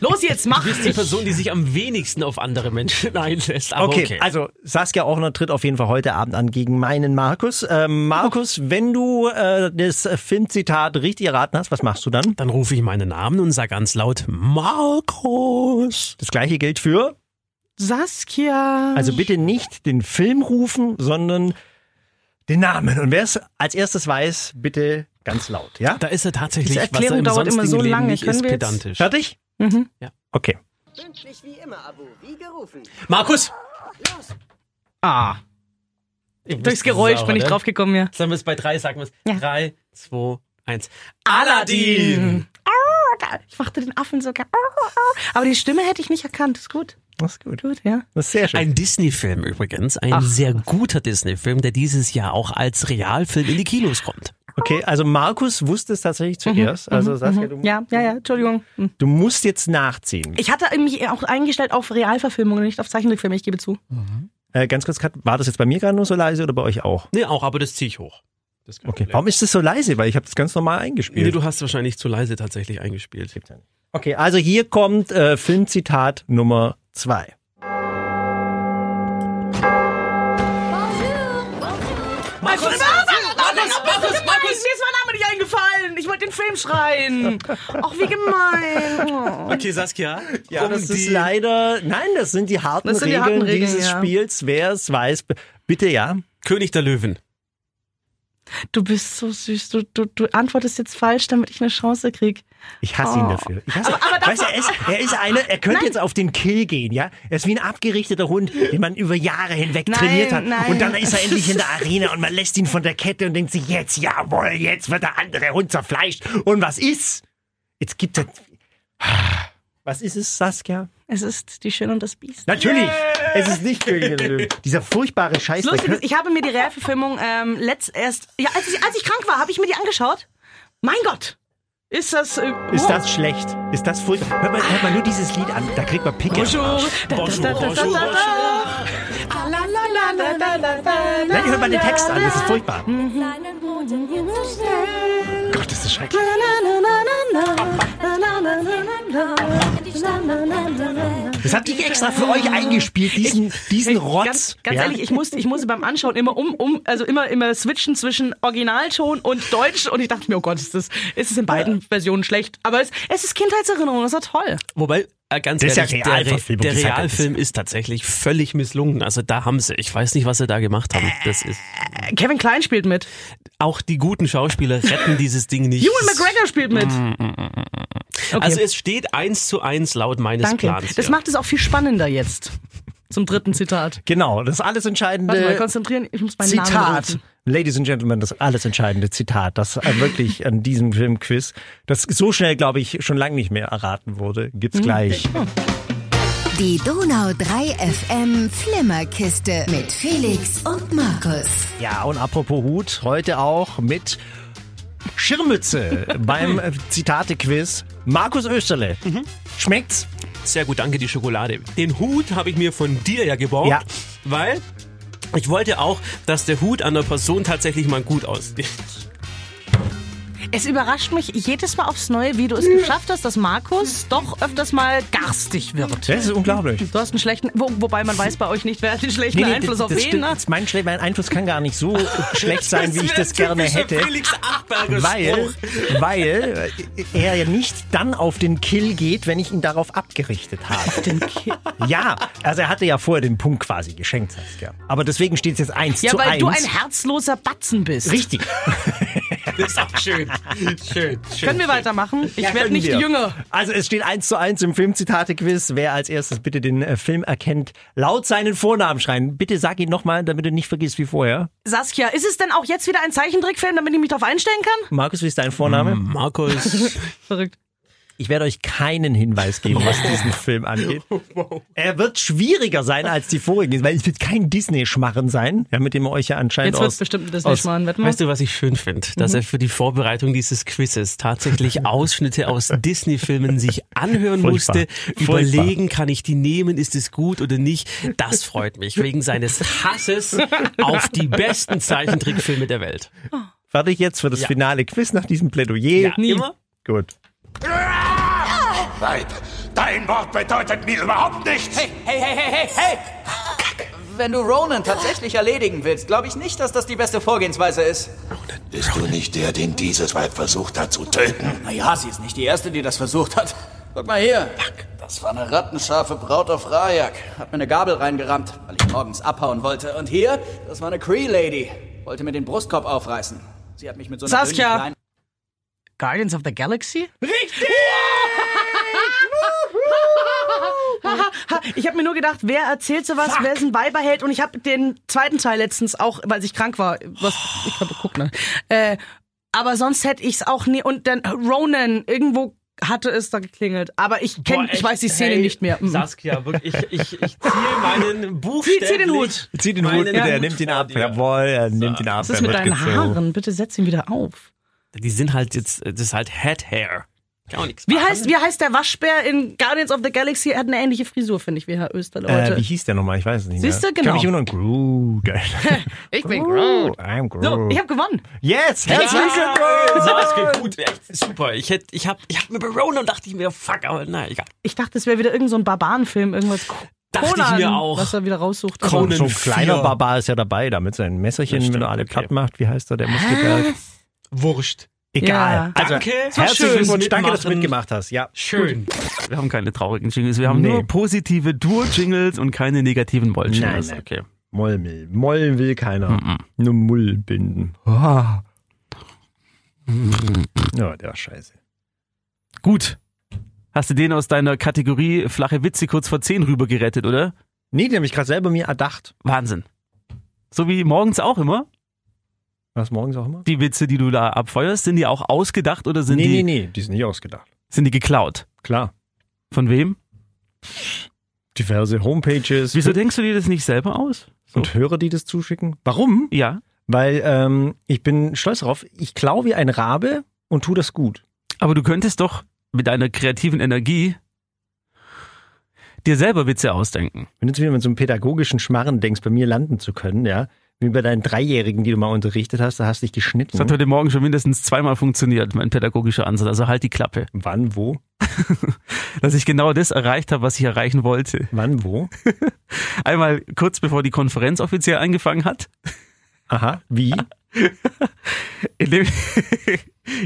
Speaker 13: Los jetzt, mach
Speaker 6: Du bist die
Speaker 13: ich.
Speaker 6: Person, die sich am wenigsten auf andere Menschen einlässt. Aber okay.
Speaker 3: Okay, also Saskia Ochner tritt auf jeden Fall heute Abend an gegen meinen Markus. Ähm, Markus, wenn du äh, das Filmzitat richtig erraten hast, was machst du dann?
Speaker 6: Dann rufe ich meinen Namen und sage ganz laut Markus.
Speaker 3: Das gleiche gilt für.
Speaker 13: Saskia.
Speaker 3: Also bitte nicht den Film rufen, sondern den Namen. Und wer es als erstes weiß, bitte ganz laut. Ja?
Speaker 6: Da ist er tatsächlich,
Speaker 13: Diese Erklärung
Speaker 6: was er im
Speaker 13: dauert immer
Speaker 6: sonstigen
Speaker 13: so
Speaker 6: Leben
Speaker 13: lange.
Speaker 6: nicht
Speaker 13: Können
Speaker 6: ist,
Speaker 13: wir jetzt-
Speaker 6: pedantisch.
Speaker 3: Fertig?
Speaker 13: Mhm.
Speaker 3: Okay.
Speaker 15: Pünktlich wie immer, Abu. Wie gerufen.
Speaker 6: Markus!
Speaker 15: Los!
Speaker 13: Ah. Durchs Geräusch bin ich
Speaker 2: ne?
Speaker 13: draufgekommen, ja.
Speaker 6: Sagen ne? wir es bei drei, sagen wir es. Drei, zwei, eins.
Speaker 13: Aladdin!
Speaker 6: Aladdin!
Speaker 13: Ich machte den Affen sogar. oh, Aber die Stimme hätte ich nicht erkannt. Ist gut.
Speaker 3: Das ist gut.
Speaker 13: Gut, ja.
Speaker 3: Das ist sehr schön.
Speaker 6: Ein Disney-Film übrigens, ein
Speaker 13: Ach.
Speaker 6: sehr guter Disney-Film, der dieses Jahr auch als Realfilm in die Kinos kommt.
Speaker 3: Okay, also Markus wusste es tatsächlich zuerst. Also Saskia, du,
Speaker 13: Mhm, Ja, ja, ja. Entschuldigung. Hm.
Speaker 3: du musst jetzt nachziehen.
Speaker 13: Ich hatte mich auch eingestellt auf Realverfilmungen, nicht auf Zeichentrickfilme, ich gebe zu.
Speaker 3: Äh, ganz kurz, Kat, war das jetzt bei mir gerade nur so leise oder bei euch auch?
Speaker 2: Nee, auch, aber das ziehe ich hoch. Das ist kein
Speaker 3: Okay.
Speaker 2: Problem.
Speaker 3: Warum ist das so leise? Weil ich habe das ganz normal eingespielt.
Speaker 2: Nee, du hast wahrscheinlich zu leise tatsächlich eingespielt.
Speaker 3: Okay, also hier kommt äh, Filmzitat Nummer zwei.
Speaker 13: Markus, Markus, Markus, Markus, Mir ist mein Name nicht eingefallen. Ich wollte den Film schreien. Ach, wie gemein. Oh.
Speaker 2: Okay, Saskia.
Speaker 3: Ja,
Speaker 2: um
Speaker 3: das
Speaker 2: die-
Speaker 3: ist leider. Nein, das sind die harten,
Speaker 13: Das sind die
Speaker 3: Regeln,
Speaker 13: harten Regeln,
Speaker 3: dieses
Speaker 13: ja.
Speaker 3: Spiels. Wer es weiß, b- bitte ja.
Speaker 2: König der Löwen.
Speaker 13: Du bist so süß. Du, du, du antwortest jetzt falsch, damit ich eine Chance krieg.
Speaker 3: Ich hasse ihn
Speaker 13: Oh.
Speaker 3: dafür. Ich hasse
Speaker 13: Aber- aber das
Speaker 3: weißt du, er, ist, er ist einer, er könnte jetzt auf den Kill gehen, ja? Er ist wie ein abgerichteter Hund, den man über Jahre hinweg
Speaker 13: Nein,
Speaker 3: trainiert hat.
Speaker 13: nein.
Speaker 3: Und dann ist er endlich in der Arena und man lässt ihn von der Kette und denkt sich, jetzt, jawohl, jetzt wird der andere Hund zerfleischt. Und was ist? Jetzt gibt er. Was ist es, Saskia?
Speaker 13: Es ist die Schöne und das Biest.
Speaker 3: Natürlich! Es ist nicht König der Löwen. Dieser furchtbare Scheiß.
Speaker 13: Das
Speaker 3: der
Speaker 13: Lustige ist,
Speaker 3: Kö-
Speaker 13: ich habe mir die Rare-Verfilmung ähm, letzt erst. Ja, als ich, als ich krank war, habe ich mir die angeschaut. Mein Gott! Ist das. Äh,
Speaker 3: Ist
Speaker 13: wow.
Speaker 3: das schlecht? Ist das furchtbar? Hört man, hört man nur dieses Lied an, da kriegt man Pickel.
Speaker 13: Bonjour. Da, da, da, da, da, da, da. La, la, la, la, la, la, la, la.
Speaker 3: Nein, hört man den Text an, das ist furchtbar.
Speaker 16: Seinen roten Himmel schnell.
Speaker 3: Gott, das ist schrecklich.
Speaker 13: Na, na, na, na, na, na, na, na, na, na.
Speaker 16: Na, na, na, na, na.
Speaker 3: Das habe ich extra für euch eingespielt, diesen, diesen Rotz.
Speaker 13: Ganz, ganz
Speaker 3: Ja.
Speaker 13: ehrlich, ich musste, ich musste beim Anschauen immer um, um, also immer, immer switchen zwischen Originalton und Deutsch und ich dachte mir, oh Gott, ist das, ist es in beiden Versionen schlecht. Aber es, es ist Kindheitserinnerung, das war toll.
Speaker 2: Wobei, äh, ganz
Speaker 3: Das ist ja
Speaker 2: ehrlich, der, Re-
Speaker 3: Realverfilmung,
Speaker 2: der
Speaker 3: die Zeit hat
Speaker 2: Realfilm ist tatsächlich völlig misslungen. Also da haben sie. Ich weiß nicht, was sie da gemacht haben. Das ist.
Speaker 13: Äh, Kevin Klein spielt mit.
Speaker 2: Auch die guten Schauspieler retten dieses Ding nicht.
Speaker 13: Ewan McGregor spielt mit.
Speaker 3: Mm,
Speaker 13: Okay.
Speaker 2: Also es steht eins zu eins laut meines
Speaker 13: Danke.
Speaker 2: Plans.
Speaker 13: das
Speaker 2: ja.
Speaker 13: macht es auch viel spannender jetzt. Zum dritten Zitat.
Speaker 3: Genau, das alles entscheidende
Speaker 13: Warte mal, konzentrieren. Ich muss meinen Namen
Speaker 3: Zitat.
Speaker 13: rufen.
Speaker 3: Ladies and Gentlemen, das alles entscheidende Zitat, das äh, wirklich an diesem Filmquiz, das so schnell, glaube ich, schon lange nicht mehr erraten wurde,
Speaker 13: Hm.
Speaker 3: gibt's gleich.
Speaker 14: Die Donau 3 FM Flimmerkiste mit Felix und Markus.
Speaker 3: Ja, und apropos Hut, heute auch mit Schirmmütze beim äh, Zitate-Quiz. Markus Österle.
Speaker 13: Mhm.
Speaker 3: Schmeckt's?
Speaker 2: Sehr gut, danke, die Schokolade. Den Hut habe ich mir von dir ja geborgt,
Speaker 3: Ja.
Speaker 2: weil ich wollte auch, dass der Hut an der Person tatsächlich mal gut aussieht.
Speaker 13: Es überrascht mich jedes Mal aufs Neue, wie du es geschafft hast, dass Markus doch öfters mal garstig wird.
Speaker 3: Das ist unglaublich.
Speaker 13: Du hast einen schlechten, wo, wobei man weiß bei euch nicht, wer hat den schlechten Einfluss
Speaker 3: das,
Speaker 13: auf
Speaker 3: das
Speaker 13: wen.
Speaker 3: stimmt.
Speaker 13: Ne?
Speaker 3: Mein, Schle- mein Einfluss kann gar nicht so schlecht sein, wie ich das gerne hätte.
Speaker 2: Felix Achberger
Speaker 3: Weil, weil er ja nicht dann auf den Kill geht, wenn ich ihn darauf abgerichtet habe.
Speaker 13: Den Ki-
Speaker 3: Ja, also er hatte ja vorher den Punkt quasi geschenkt, Saskia. Aber deswegen steht es jetzt eins
Speaker 13: Ja,
Speaker 3: zu
Speaker 13: weil
Speaker 3: eins.
Speaker 13: du ein herzloser Batzen bist.
Speaker 3: Richtig.
Speaker 2: Das ist auch schön. Schön, schön.
Speaker 13: Können wir weitermachen? Ich werde
Speaker 3: können
Speaker 13: nicht
Speaker 3: wir.
Speaker 13: jünger.
Speaker 3: Also es steht eins zu eins im Filmzitate-Quiz. Wer als erstes bitte den äh, Film erkennt, laut seinen Vornamen schreien. Bitte sag ihn nochmal, damit du nicht vergisst wie vorher.
Speaker 13: Saskia, ist es denn auch jetzt wieder ein Zeichentrickfilm, damit ich mich darauf einstellen kann?
Speaker 3: Markus, wie ist dein Vorname?
Speaker 2: Markus,
Speaker 13: Verrückt.
Speaker 3: Ich werde euch keinen Hinweis geben, was diesen Film angeht. Er wird schwieriger sein als die vorigen, weil es wird kein Disney-Schmarren sein, ja, mit dem ihr euch ja anscheinend
Speaker 13: Jetzt wird
Speaker 3: aus-
Speaker 13: es bestimmt ein
Speaker 3: aus-
Speaker 13: Disney-Schmarrn, wetten wir?
Speaker 2: weißt du, was ich schön finde? Dass er für die Vorbereitung dieses Quizzes tatsächlich Ausschnitte aus Disney-Filmen sich anhören
Speaker 3: Furchtbar.
Speaker 2: musste,
Speaker 3: Furchtbar.
Speaker 2: überlegen, kann ich die nehmen, ist es gut oder nicht. Das freut mich, wegen seines Hasses auf die besten Zeichentrickfilme der Welt.
Speaker 3: Warte ich jetzt für das finale Quiz nach diesem Plädoyer. Hm,
Speaker 2: Ja, Nie. immer.
Speaker 3: Gut.
Speaker 1: Weib, dein Wort bedeutet mir überhaupt nichts.
Speaker 8: Hey, hey, hey, hey, hey, hey! Wenn du Ronan tatsächlich erledigen willst, glaube ich nicht, dass das die beste Vorgehensweise ist.
Speaker 1: Bist du nicht der, den dieses Weib versucht hat zu töten?
Speaker 8: Naja, sie ist nicht die Erste, die das versucht hat. Guck mal hier. Das war eine rattenscharfe Braut auf Rajak. Hat mir eine Gabel reingerammt, weil ich morgens abhauen wollte. Und hier, das war eine Cree-Lady. Wollte mir den Brustkorb aufreißen. Sie hat mich mit so einer
Speaker 13: Saskia.
Speaker 8: dünnen kleinen-
Speaker 13: Guardians of the Galaxy? Richtig! ich habe mir nur gedacht, wer erzählt sowas, wer es ein Beibehält. Und ich habe den zweiten Teil letztens auch, weil ich krank war, was ich habe geguckt, ne? Äh, aber sonst hätte ich es auch nie. Und dann Ronan, irgendwo hatte es da geklingelt. Aber ich
Speaker 2: Boah,
Speaker 13: kenn, ich weiß die
Speaker 2: echt,
Speaker 13: Szene
Speaker 2: hey,
Speaker 13: nicht mehr. Mm.
Speaker 2: Saskia, wirklich, ich, ich, ich ziehe meinen
Speaker 13: zieh
Speaker 2: buchstäblich.
Speaker 13: den Hut.
Speaker 3: Zieh den Hut,
Speaker 2: meinen
Speaker 3: bitte, er
Speaker 2: Hut
Speaker 3: nimmt ihn
Speaker 2: vor
Speaker 3: ab.
Speaker 2: dir.
Speaker 3: Jawohl, er nimmt ihn ab.
Speaker 13: Was ist
Speaker 3: er
Speaker 13: mit
Speaker 3: wird
Speaker 13: deinen
Speaker 3: gezogen.
Speaker 13: Haaren? Bitte setz ihn wieder auf.
Speaker 2: Die sind halt jetzt, das ist halt Head Hair.
Speaker 6: Kann auch nichts
Speaker 13: Wie heißt, wie heißt der Waschbär in Guardians of the Galaxy? Er hat eine ähnliche Frisur, finde ich, wie Herr Österleute.
Speaker 3: Äh, wie hieß der nochmal? Ich weiß es nicht
Speaker 13: Siehst du,
Speaker 3: mehr. Ich kann mich
Speaker 13: genau.
Speaker 3: immer noch Groot.
Speaker 13: ich bin Groot.
Speaker 3: I'm Groot.
Speaker 13: Oh. So, ich habe gewonnen.
Speaker 3: Yes,
Speaker 13: herzlichen Glückwunsch!
Speaker 6: So ist gut, echt super. Ich, hätt, ich habe ich hab mir bei Ronan dachte ich mir, fuck, aber nein, egal.
Speaker 13: Ich dachte, es wäre wieder irgendein so ein Barbarenfilm, irgendwas.
Speaker 6: Dachte ich mir auch.
Speaker 13: Was er wieder raussucht.
Speaker 3: Conan so ein
Speaker 6: vier.
Speaker 3: kleiner Barbar ist ja dabei, damit sein Messerchen, wenn er alle platt macht, wie heißt er, der Muskelberg?
Speaker 6: Wurscht.
Speaker 3: Egal.
Speaker 6: Ja.
Speaker 3: Also,
Speaker 6: Danke, es war
Speaker 3: herzlichen
Speaker 6: schön.
Speaker 3: Glückwunsch. Danke, dass du
Speaker 6: Mitmachen.
Speaker 3: mitgemacht hast. Ja.
Speaker 6: Schön.
Speaker 2: Wir haben keine traurigen Jingles, wir haben
Speaker 3: Nee.
Speaker 2: nur positive Dur-Jingles und keine negativen Moll-Jingles.
Speaker 3: Nein, nein.
Speaker 2: Okay.
Speaker 3: Moll will, Moll will keiner.
Speaker 2: Mhm.
Speaker 3: Nur Mull binden. Ah. Ja, der war scheiße.
Speaker 2: Gut. Hast du den aus deiner Kategorie flache Witze kurz vor 10 rüber gerettet, oder?
Speaker 3: Nee, den habe ich gerade selber mir erdacht.
Speaker 2: Wahnsinn. So wie morgens auch immer.
Speaker 3: Was morgens auch immer?
Speaker 2: Die Witze, die du da abfeuerst, sind die auch ausgedacht oder sind
Speaker 3: nee,
Speaker 2: die
Speaker 3: nee, nee, die sind nicht ausgedacht.
Speaker 2: sind die geklaut?
Speaker 3: Klar.
Speaker 2: Von wem?
Speaker 3: Diverse Homepages.
Speaker 2: Wieso denkst du dir das nicht selber aus?
Speaker 3: Und Hörer, die das zuschicken. Warum?
Speaker 2: Ja.
Speaker 3: Weil ähm, ich bin stolz darauf, ich klaue wie ein Rabe und tu das gut.
Speaker 2: Aber du könntest doch mit deiner kreativen Energie dir selber Witze ausdenken.
Speaker 3: Wenn du jetzt wieder mit so einem pädagogischen Schmarren denkst, bei mir landen zu können, ja, wie bei deinen Dreijährigen, die du mal unterrichtet hast, da hast du dich geschnitten.
Speaker 2: Das hat heute Morgen schon mindestens zweimal funktioniert, mein pädagogischer Ansatz. Also halt die Klappe.
Speaker 3: Wann, wo?
Speaker 2: Dass ich genau das erreicht habe, was ich erreichen wollte.
Speaker 3: Wann, wo?
Speaker 2: Einmal kurz bevor die Konferenz offiziell angefangen hat,
Speaker 3: Aha, wie?
Speaker 2: Ah, indem,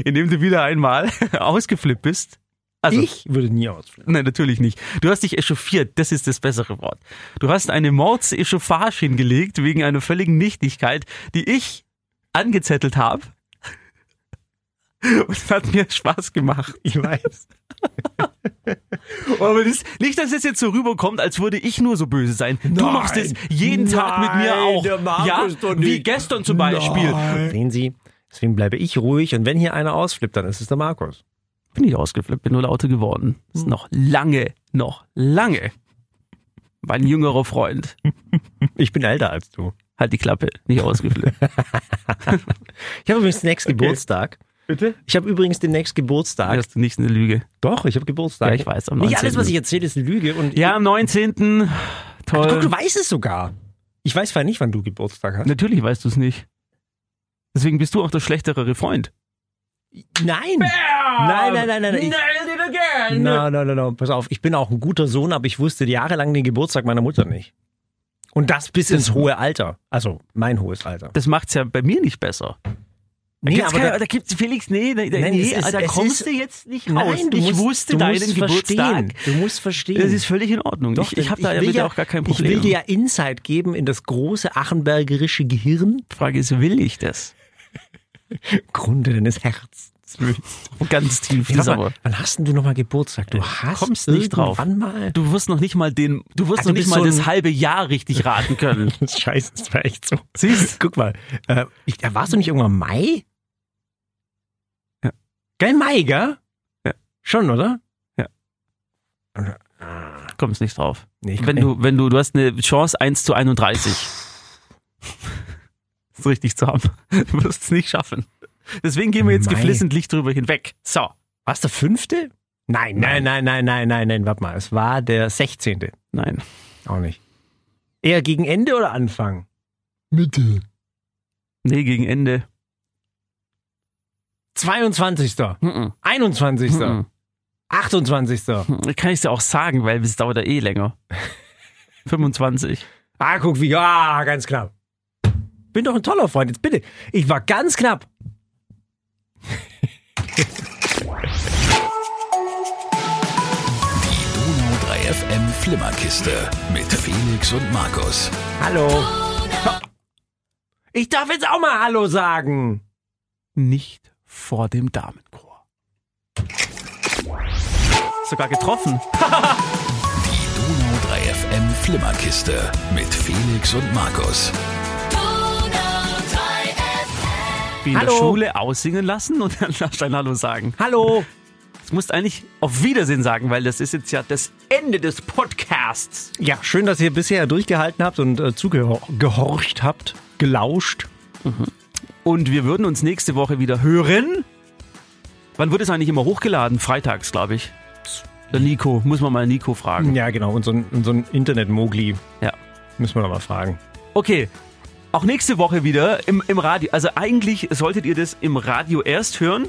Speaker 2: indem du wieder einmal ausgeflippt bist. Also,
Speaker 3: ich würde nie ausflippen.
Speaker 2: Nein, natürlich nicht. Du hast dich echauffiert, das ist das bessere Wort. Du hast eine Mordsechauffarge hingelegt wegen einer völligen Nichtigkeit, die ich angezettelt habe. Und es hat mir Spaß gemacht.
Speaker 3: Ich weiß.
Speaker 2: Aber das, nicht, dass es jetzt so rüberkommt, als würde ich nur so böse sein. du
Speaker 3: Nein.
Speaker 2: machst es jeden Tag mit mir
Speaker 3: Nein,
Speaker 2: auch.
Speaker 3: der Markus
Speaker 2: ja,
Speaker 3: doch
Speaker 2: wie
Speaker 3: nicht.
Speaker 2: gestern zum Beispiel.
Speaker 3: Sehen Sie, deswegen bleibe ich ruhig und wenn hier einer ausflippt, dann ist es der Markus.
Speaker 2: Bin ich ausgeflippt, bin nur lauter geworden.
Speaker 3: Hm.
Speaker 2: Ist noch lange, noch lange. Mein jüngerer Freund.
Speaker 3: Ich bin älter als du.
Speaker 2: Halt die Klappe, nicht ausgeflippt.
Speaker 3: Ich habe übrigens demnächst Geburtstag.
Speaker 2: Bitte?
Speaker 3: Ich habe übrigens demnächst Geburtstag.
Speaker 2: Hast du nicht eine Lüge?
Speaker 3: Doch, ich habe Geburtstag.
Speaker 2: Ja, ich weiß, am
Speaker 3: Nicht alles,
Speaker 2: 19..
Speaker 3: was ich erzähle, ist eine Lüge. Und
Speaker 2: Ja, äh, am 19. Toll.
Speaker 3: Guck, du weißt es sogar. Ich weiß zwar nicht, wann du Geburtstag hast.
Speaker 2: Natürlich weißt du es nicht. Deswegen bist du auch der schlechtere Freund.
Speaker 3: Nein. Nein, nein, nein, nein. Ich,
Speaker 2: Ähm, again.
Speaker 3: no, no, no, no. Pass auf, ich bin auch ein guter Sohn, aber ich wusste jahrelang den Geburtstag meiner Mutter nicht. Und das bis ins hohe Alter. Also mein hohes Alter.
Speaker 2: Das macht's ja bei mir nicht besser. Da
Speaker 3: Nee,
Speaker 2: gibt's
Speaker 3: aber
Speaker 2: keine-
Speaker 3: da-
Speaker 2: da gibt's Felix, nee, da, da-
Speaker 3: Nein,
Speaker 2: nee,
Speaker 3: es ist-
Speaker 2: da
Speaker 3: es
Speaker 2: kommst
Speaker 3: ist-
Speaker 2: du jetzt nicht
Speaker 3: Nein,
Speaker 2: raus.
Speaker 3: du
Speaker 2: ich
Speaker 3: musst-
Speaker 2: wusste
Speaker 3: du
Speaker 2: deinen
Speaker 3: musst
Speaker 2: Geburtstag.
Speaker 3: verstehen. Du musst verstehen.
Speaker 2: Das ist völlig in Ordnung. ich ich habe da
Speaker 3: will
Speaker 2: damit ja auch gar kein Problem.
Speaker 3: Ich will dir ja Insight geben in das große achenbergerische Gehirn.
Speaker 2: Die Frage ist, will ich das?
Speaker 3: Grunde deines Herzens.
Speaker 2: Ganz tief.
Speaker 3: Hey, sag
Speaker 2: Sauer.
Speaker 3: mal, wann hast denn du nochmal Geburtstag? Du hast
Speaker 2: kommst nicht drauf.
Speaker 3: irgendwann mal.
Speaker 2: Du wirst noch nicht mal den, du wirst
Speaker 3: Ah, du
Speaker 2: noch nicht
Speaker 3: bist
Speaker 2: mal
Speaker 3: so
Speaker 2: das
Speaker 3: ein-
Speaker 2: halbe Jahr richtig raten können.
Speaker 3: Scheiße, das war echt so.
Speaker 2: Siehst?
Speaker 3: Guck mal. Äh, ich, da warst du nicht irgendwann im Mai?
Speaker 2: Ja.
Speaker 3: Geil, Mai, gell?
Speaker 2: Ja.
Speaker 3: Schon, oder?
Speaker 2: Kommst nicht drauf.
Speaker 3: Nee,
Speaker 2: wenn du, wenn du, du hast eine Chance 1 zu 31. das richtig zu haben. Du wirst es nicht schaffen. Deswegen gehen wir jetzt
Speaker 3: Mei.
Speaker 2: geflissentlich drüber hinweg. So.
Speaker 3: Warst du der fünfte? Nein, nein, nein, nein, nein, nein, nein, warte mal. Es war der 16.
Speaker 2: Nein.
Speaker 3: Auch nicht. Eher gegen Ende oder Anfang? Mitte.
Speaker 2: Nee, gegen Ende.
Speaker 3: 22.
Speaker 2: Mhm.
Speaker 3: 21.
Speaker 2: Mhm.
Speaker 3: 28.
Speaker 2: Kann ich dir auch sagen, weil es dauert ja eh länger. 25.
Speaker 3: Ah, guck wie. Ah, ganz knapp. Bin doch ein toller Freund, jetzt bitte. Ich war ganz knapp.
Speaker 1: Donau 3 FM Flimmerkiste mit Felix und Markus.
Speaker 3: Hallo. Ich darf jetzt auch mal Hallo sagen.
Speaker 2: Nicht vor dem Damenchor. Sogar getroffen.
Speaker 1: Donau 3 FM Flimmerkiste mit Felix und Markus.
Speaker 2: Wie in
Speaker 3: Hallo.
Speaker 2: der Schule aussingen lassen und dann darfst du ein Hallo sagen.
Speaker 3: Hallo.
Speaker 2: Du musst eigentlich auf Wiedersehen sagen, weil das ist jetzt ja das Ende des Podcasts.
Speaker 3: Ja, schön, dass ihr bisher durchgehalten habt und äh, zugehorcht habt, gelauscht.
Speaker 2: Und wir würden uns nächste Woche wieder hören. Wann wird es eigentlich immer hochgeladen? Freitags, glaube ich. Der Nico, muss man mal Nico fragen.
Speaker 3: Ja, genau. Und so ein, und so ein Internet-Mogli.
Speaker 2: Ja.
Speaker 3: Müssen wir da mal fragen.
Speaker 2: Okay. Auch nächste Woche wieder im, im Radio. Also eigentlich solltet ihr das im Radio erst hören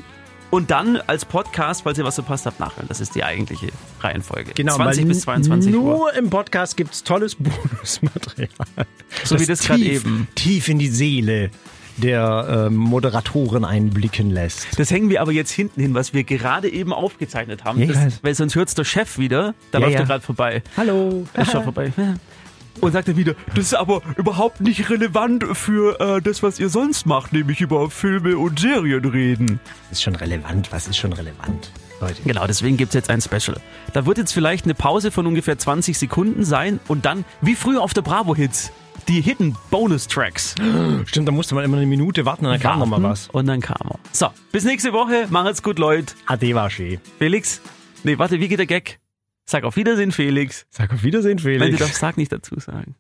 Speaker 2: und dann als Podcast, falls ihr was verpasst habt, nachhören. Das ist die eigentliche Reihenfolge.
Speaker 3: Genau,
Speaker 2: 20
Speaker 3: weil
Speaker 2: bis 22
Speaker 3: nur
Speaker 2: Uhr.
Speaker 3: im Podcast gibt es tolles Bonusmaterial.
Speaker 2: So wie das gerade
Speaker 3: tief-
Speaker 2: eben.
Speaker 3: Tief in die Seele der ähm, Moderatoren einblicken lässt.
Speaker 2: Das hängen wir aber jetzt hinten hin, was wir gerade eben aufgezeichnet haben.
Speaker 3: Ja, ich
Speaker 2: das,
Speaker 3: weiß.
Speaker 2: weil sonst hört es der Chef wieder. Da
Speaker 3: Ja,
Speaker 2: läuft er
Speaker 3: ja.
Speaker 2: gerade vorbei.
Speaker 3: Hallo.
Speaker 2: Er ist schon vorbei. Und sagt er wieder, das ist aber überhaupt nicht relevant für äh, das, was ihr sonst macht, nämlich über Filme und Serien reden.
Speaker 3: Ist schon relevant, was ist schon relevant? Leute.
Speaker 2: Genau, deswegen gibt es jetzt ein Special. Da wird jetzt vielleicht eine Pause von ungefähr 20 Sekunden sein und dann, wie früher auf der Bravo-Hits, die Hidden Bonus-Tracks.
Speaker 3: Stimmt, da musste man immer eine Minute warten und dann kam nochmal was.
Speaker 2: Und dann kam er. So, bis nächste Woche. Macht's gut, Leute.
Speaker 3: Adewasche.
Speaker 2: Felix? Nee, warte, wie geht der Gag? Sag auf Wiedersehen, Felix.
Speaker 3: Sag auf Wiedersehen, Felix.
Speaker 2: Nein, du darfst Sag nicht dazu sagen.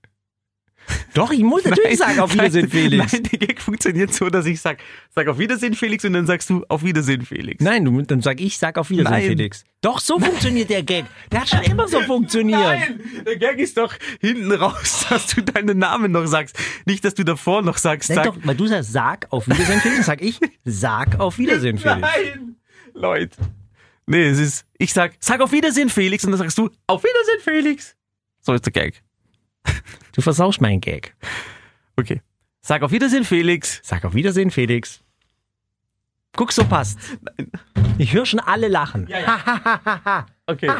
Speaker 3: Doch, ich muss natürlich sagen, auf Wiedersehen,
Speaker 2: nein,
Speaker 3: Felix.
Speaker 2: Nein, der Gag funktioniert so, dass ich sag, sag auf Wiedersehen, Felix, und dann sagst du auf Wiedersehen, Felix.
Speaker 3: Nein, du, dann sag ich, sag auf Wiedersehen,
Speaker 2: Nein.
Speaker 3: Felix. Doch, so funktioniert der Gag. Der hat schon immer so funktioniert.
Speaker 2: Nein, der Gag ist doch hinten raus, dass du deinen Namen noch sagst. Nicht, dass du davor noch sagst,
Speaker 3: Sag
Speaker 2: sag
Speaker 3: doch, weil du sagst, sag auf Wiedersehen, Felix, sag ich, sag auf Wiedersehen, Felix.
Speaker 2: Nein, Leute. Nee, es ist, ich sag, sag auf Wiedersehen, Felix, und dann sagst du, auf Wiedersehen, Felix. So ist der Gag.
Speaker 3: Du versaust meinen Gag.
Speaker 2: Okay. Sag auf Wiedersehen, Felix.
Speaker 3: Sag auf Wiedersehen, Felix. Guck, so passt. Ich höre schon alle lachen.
Speaker 11: Okay.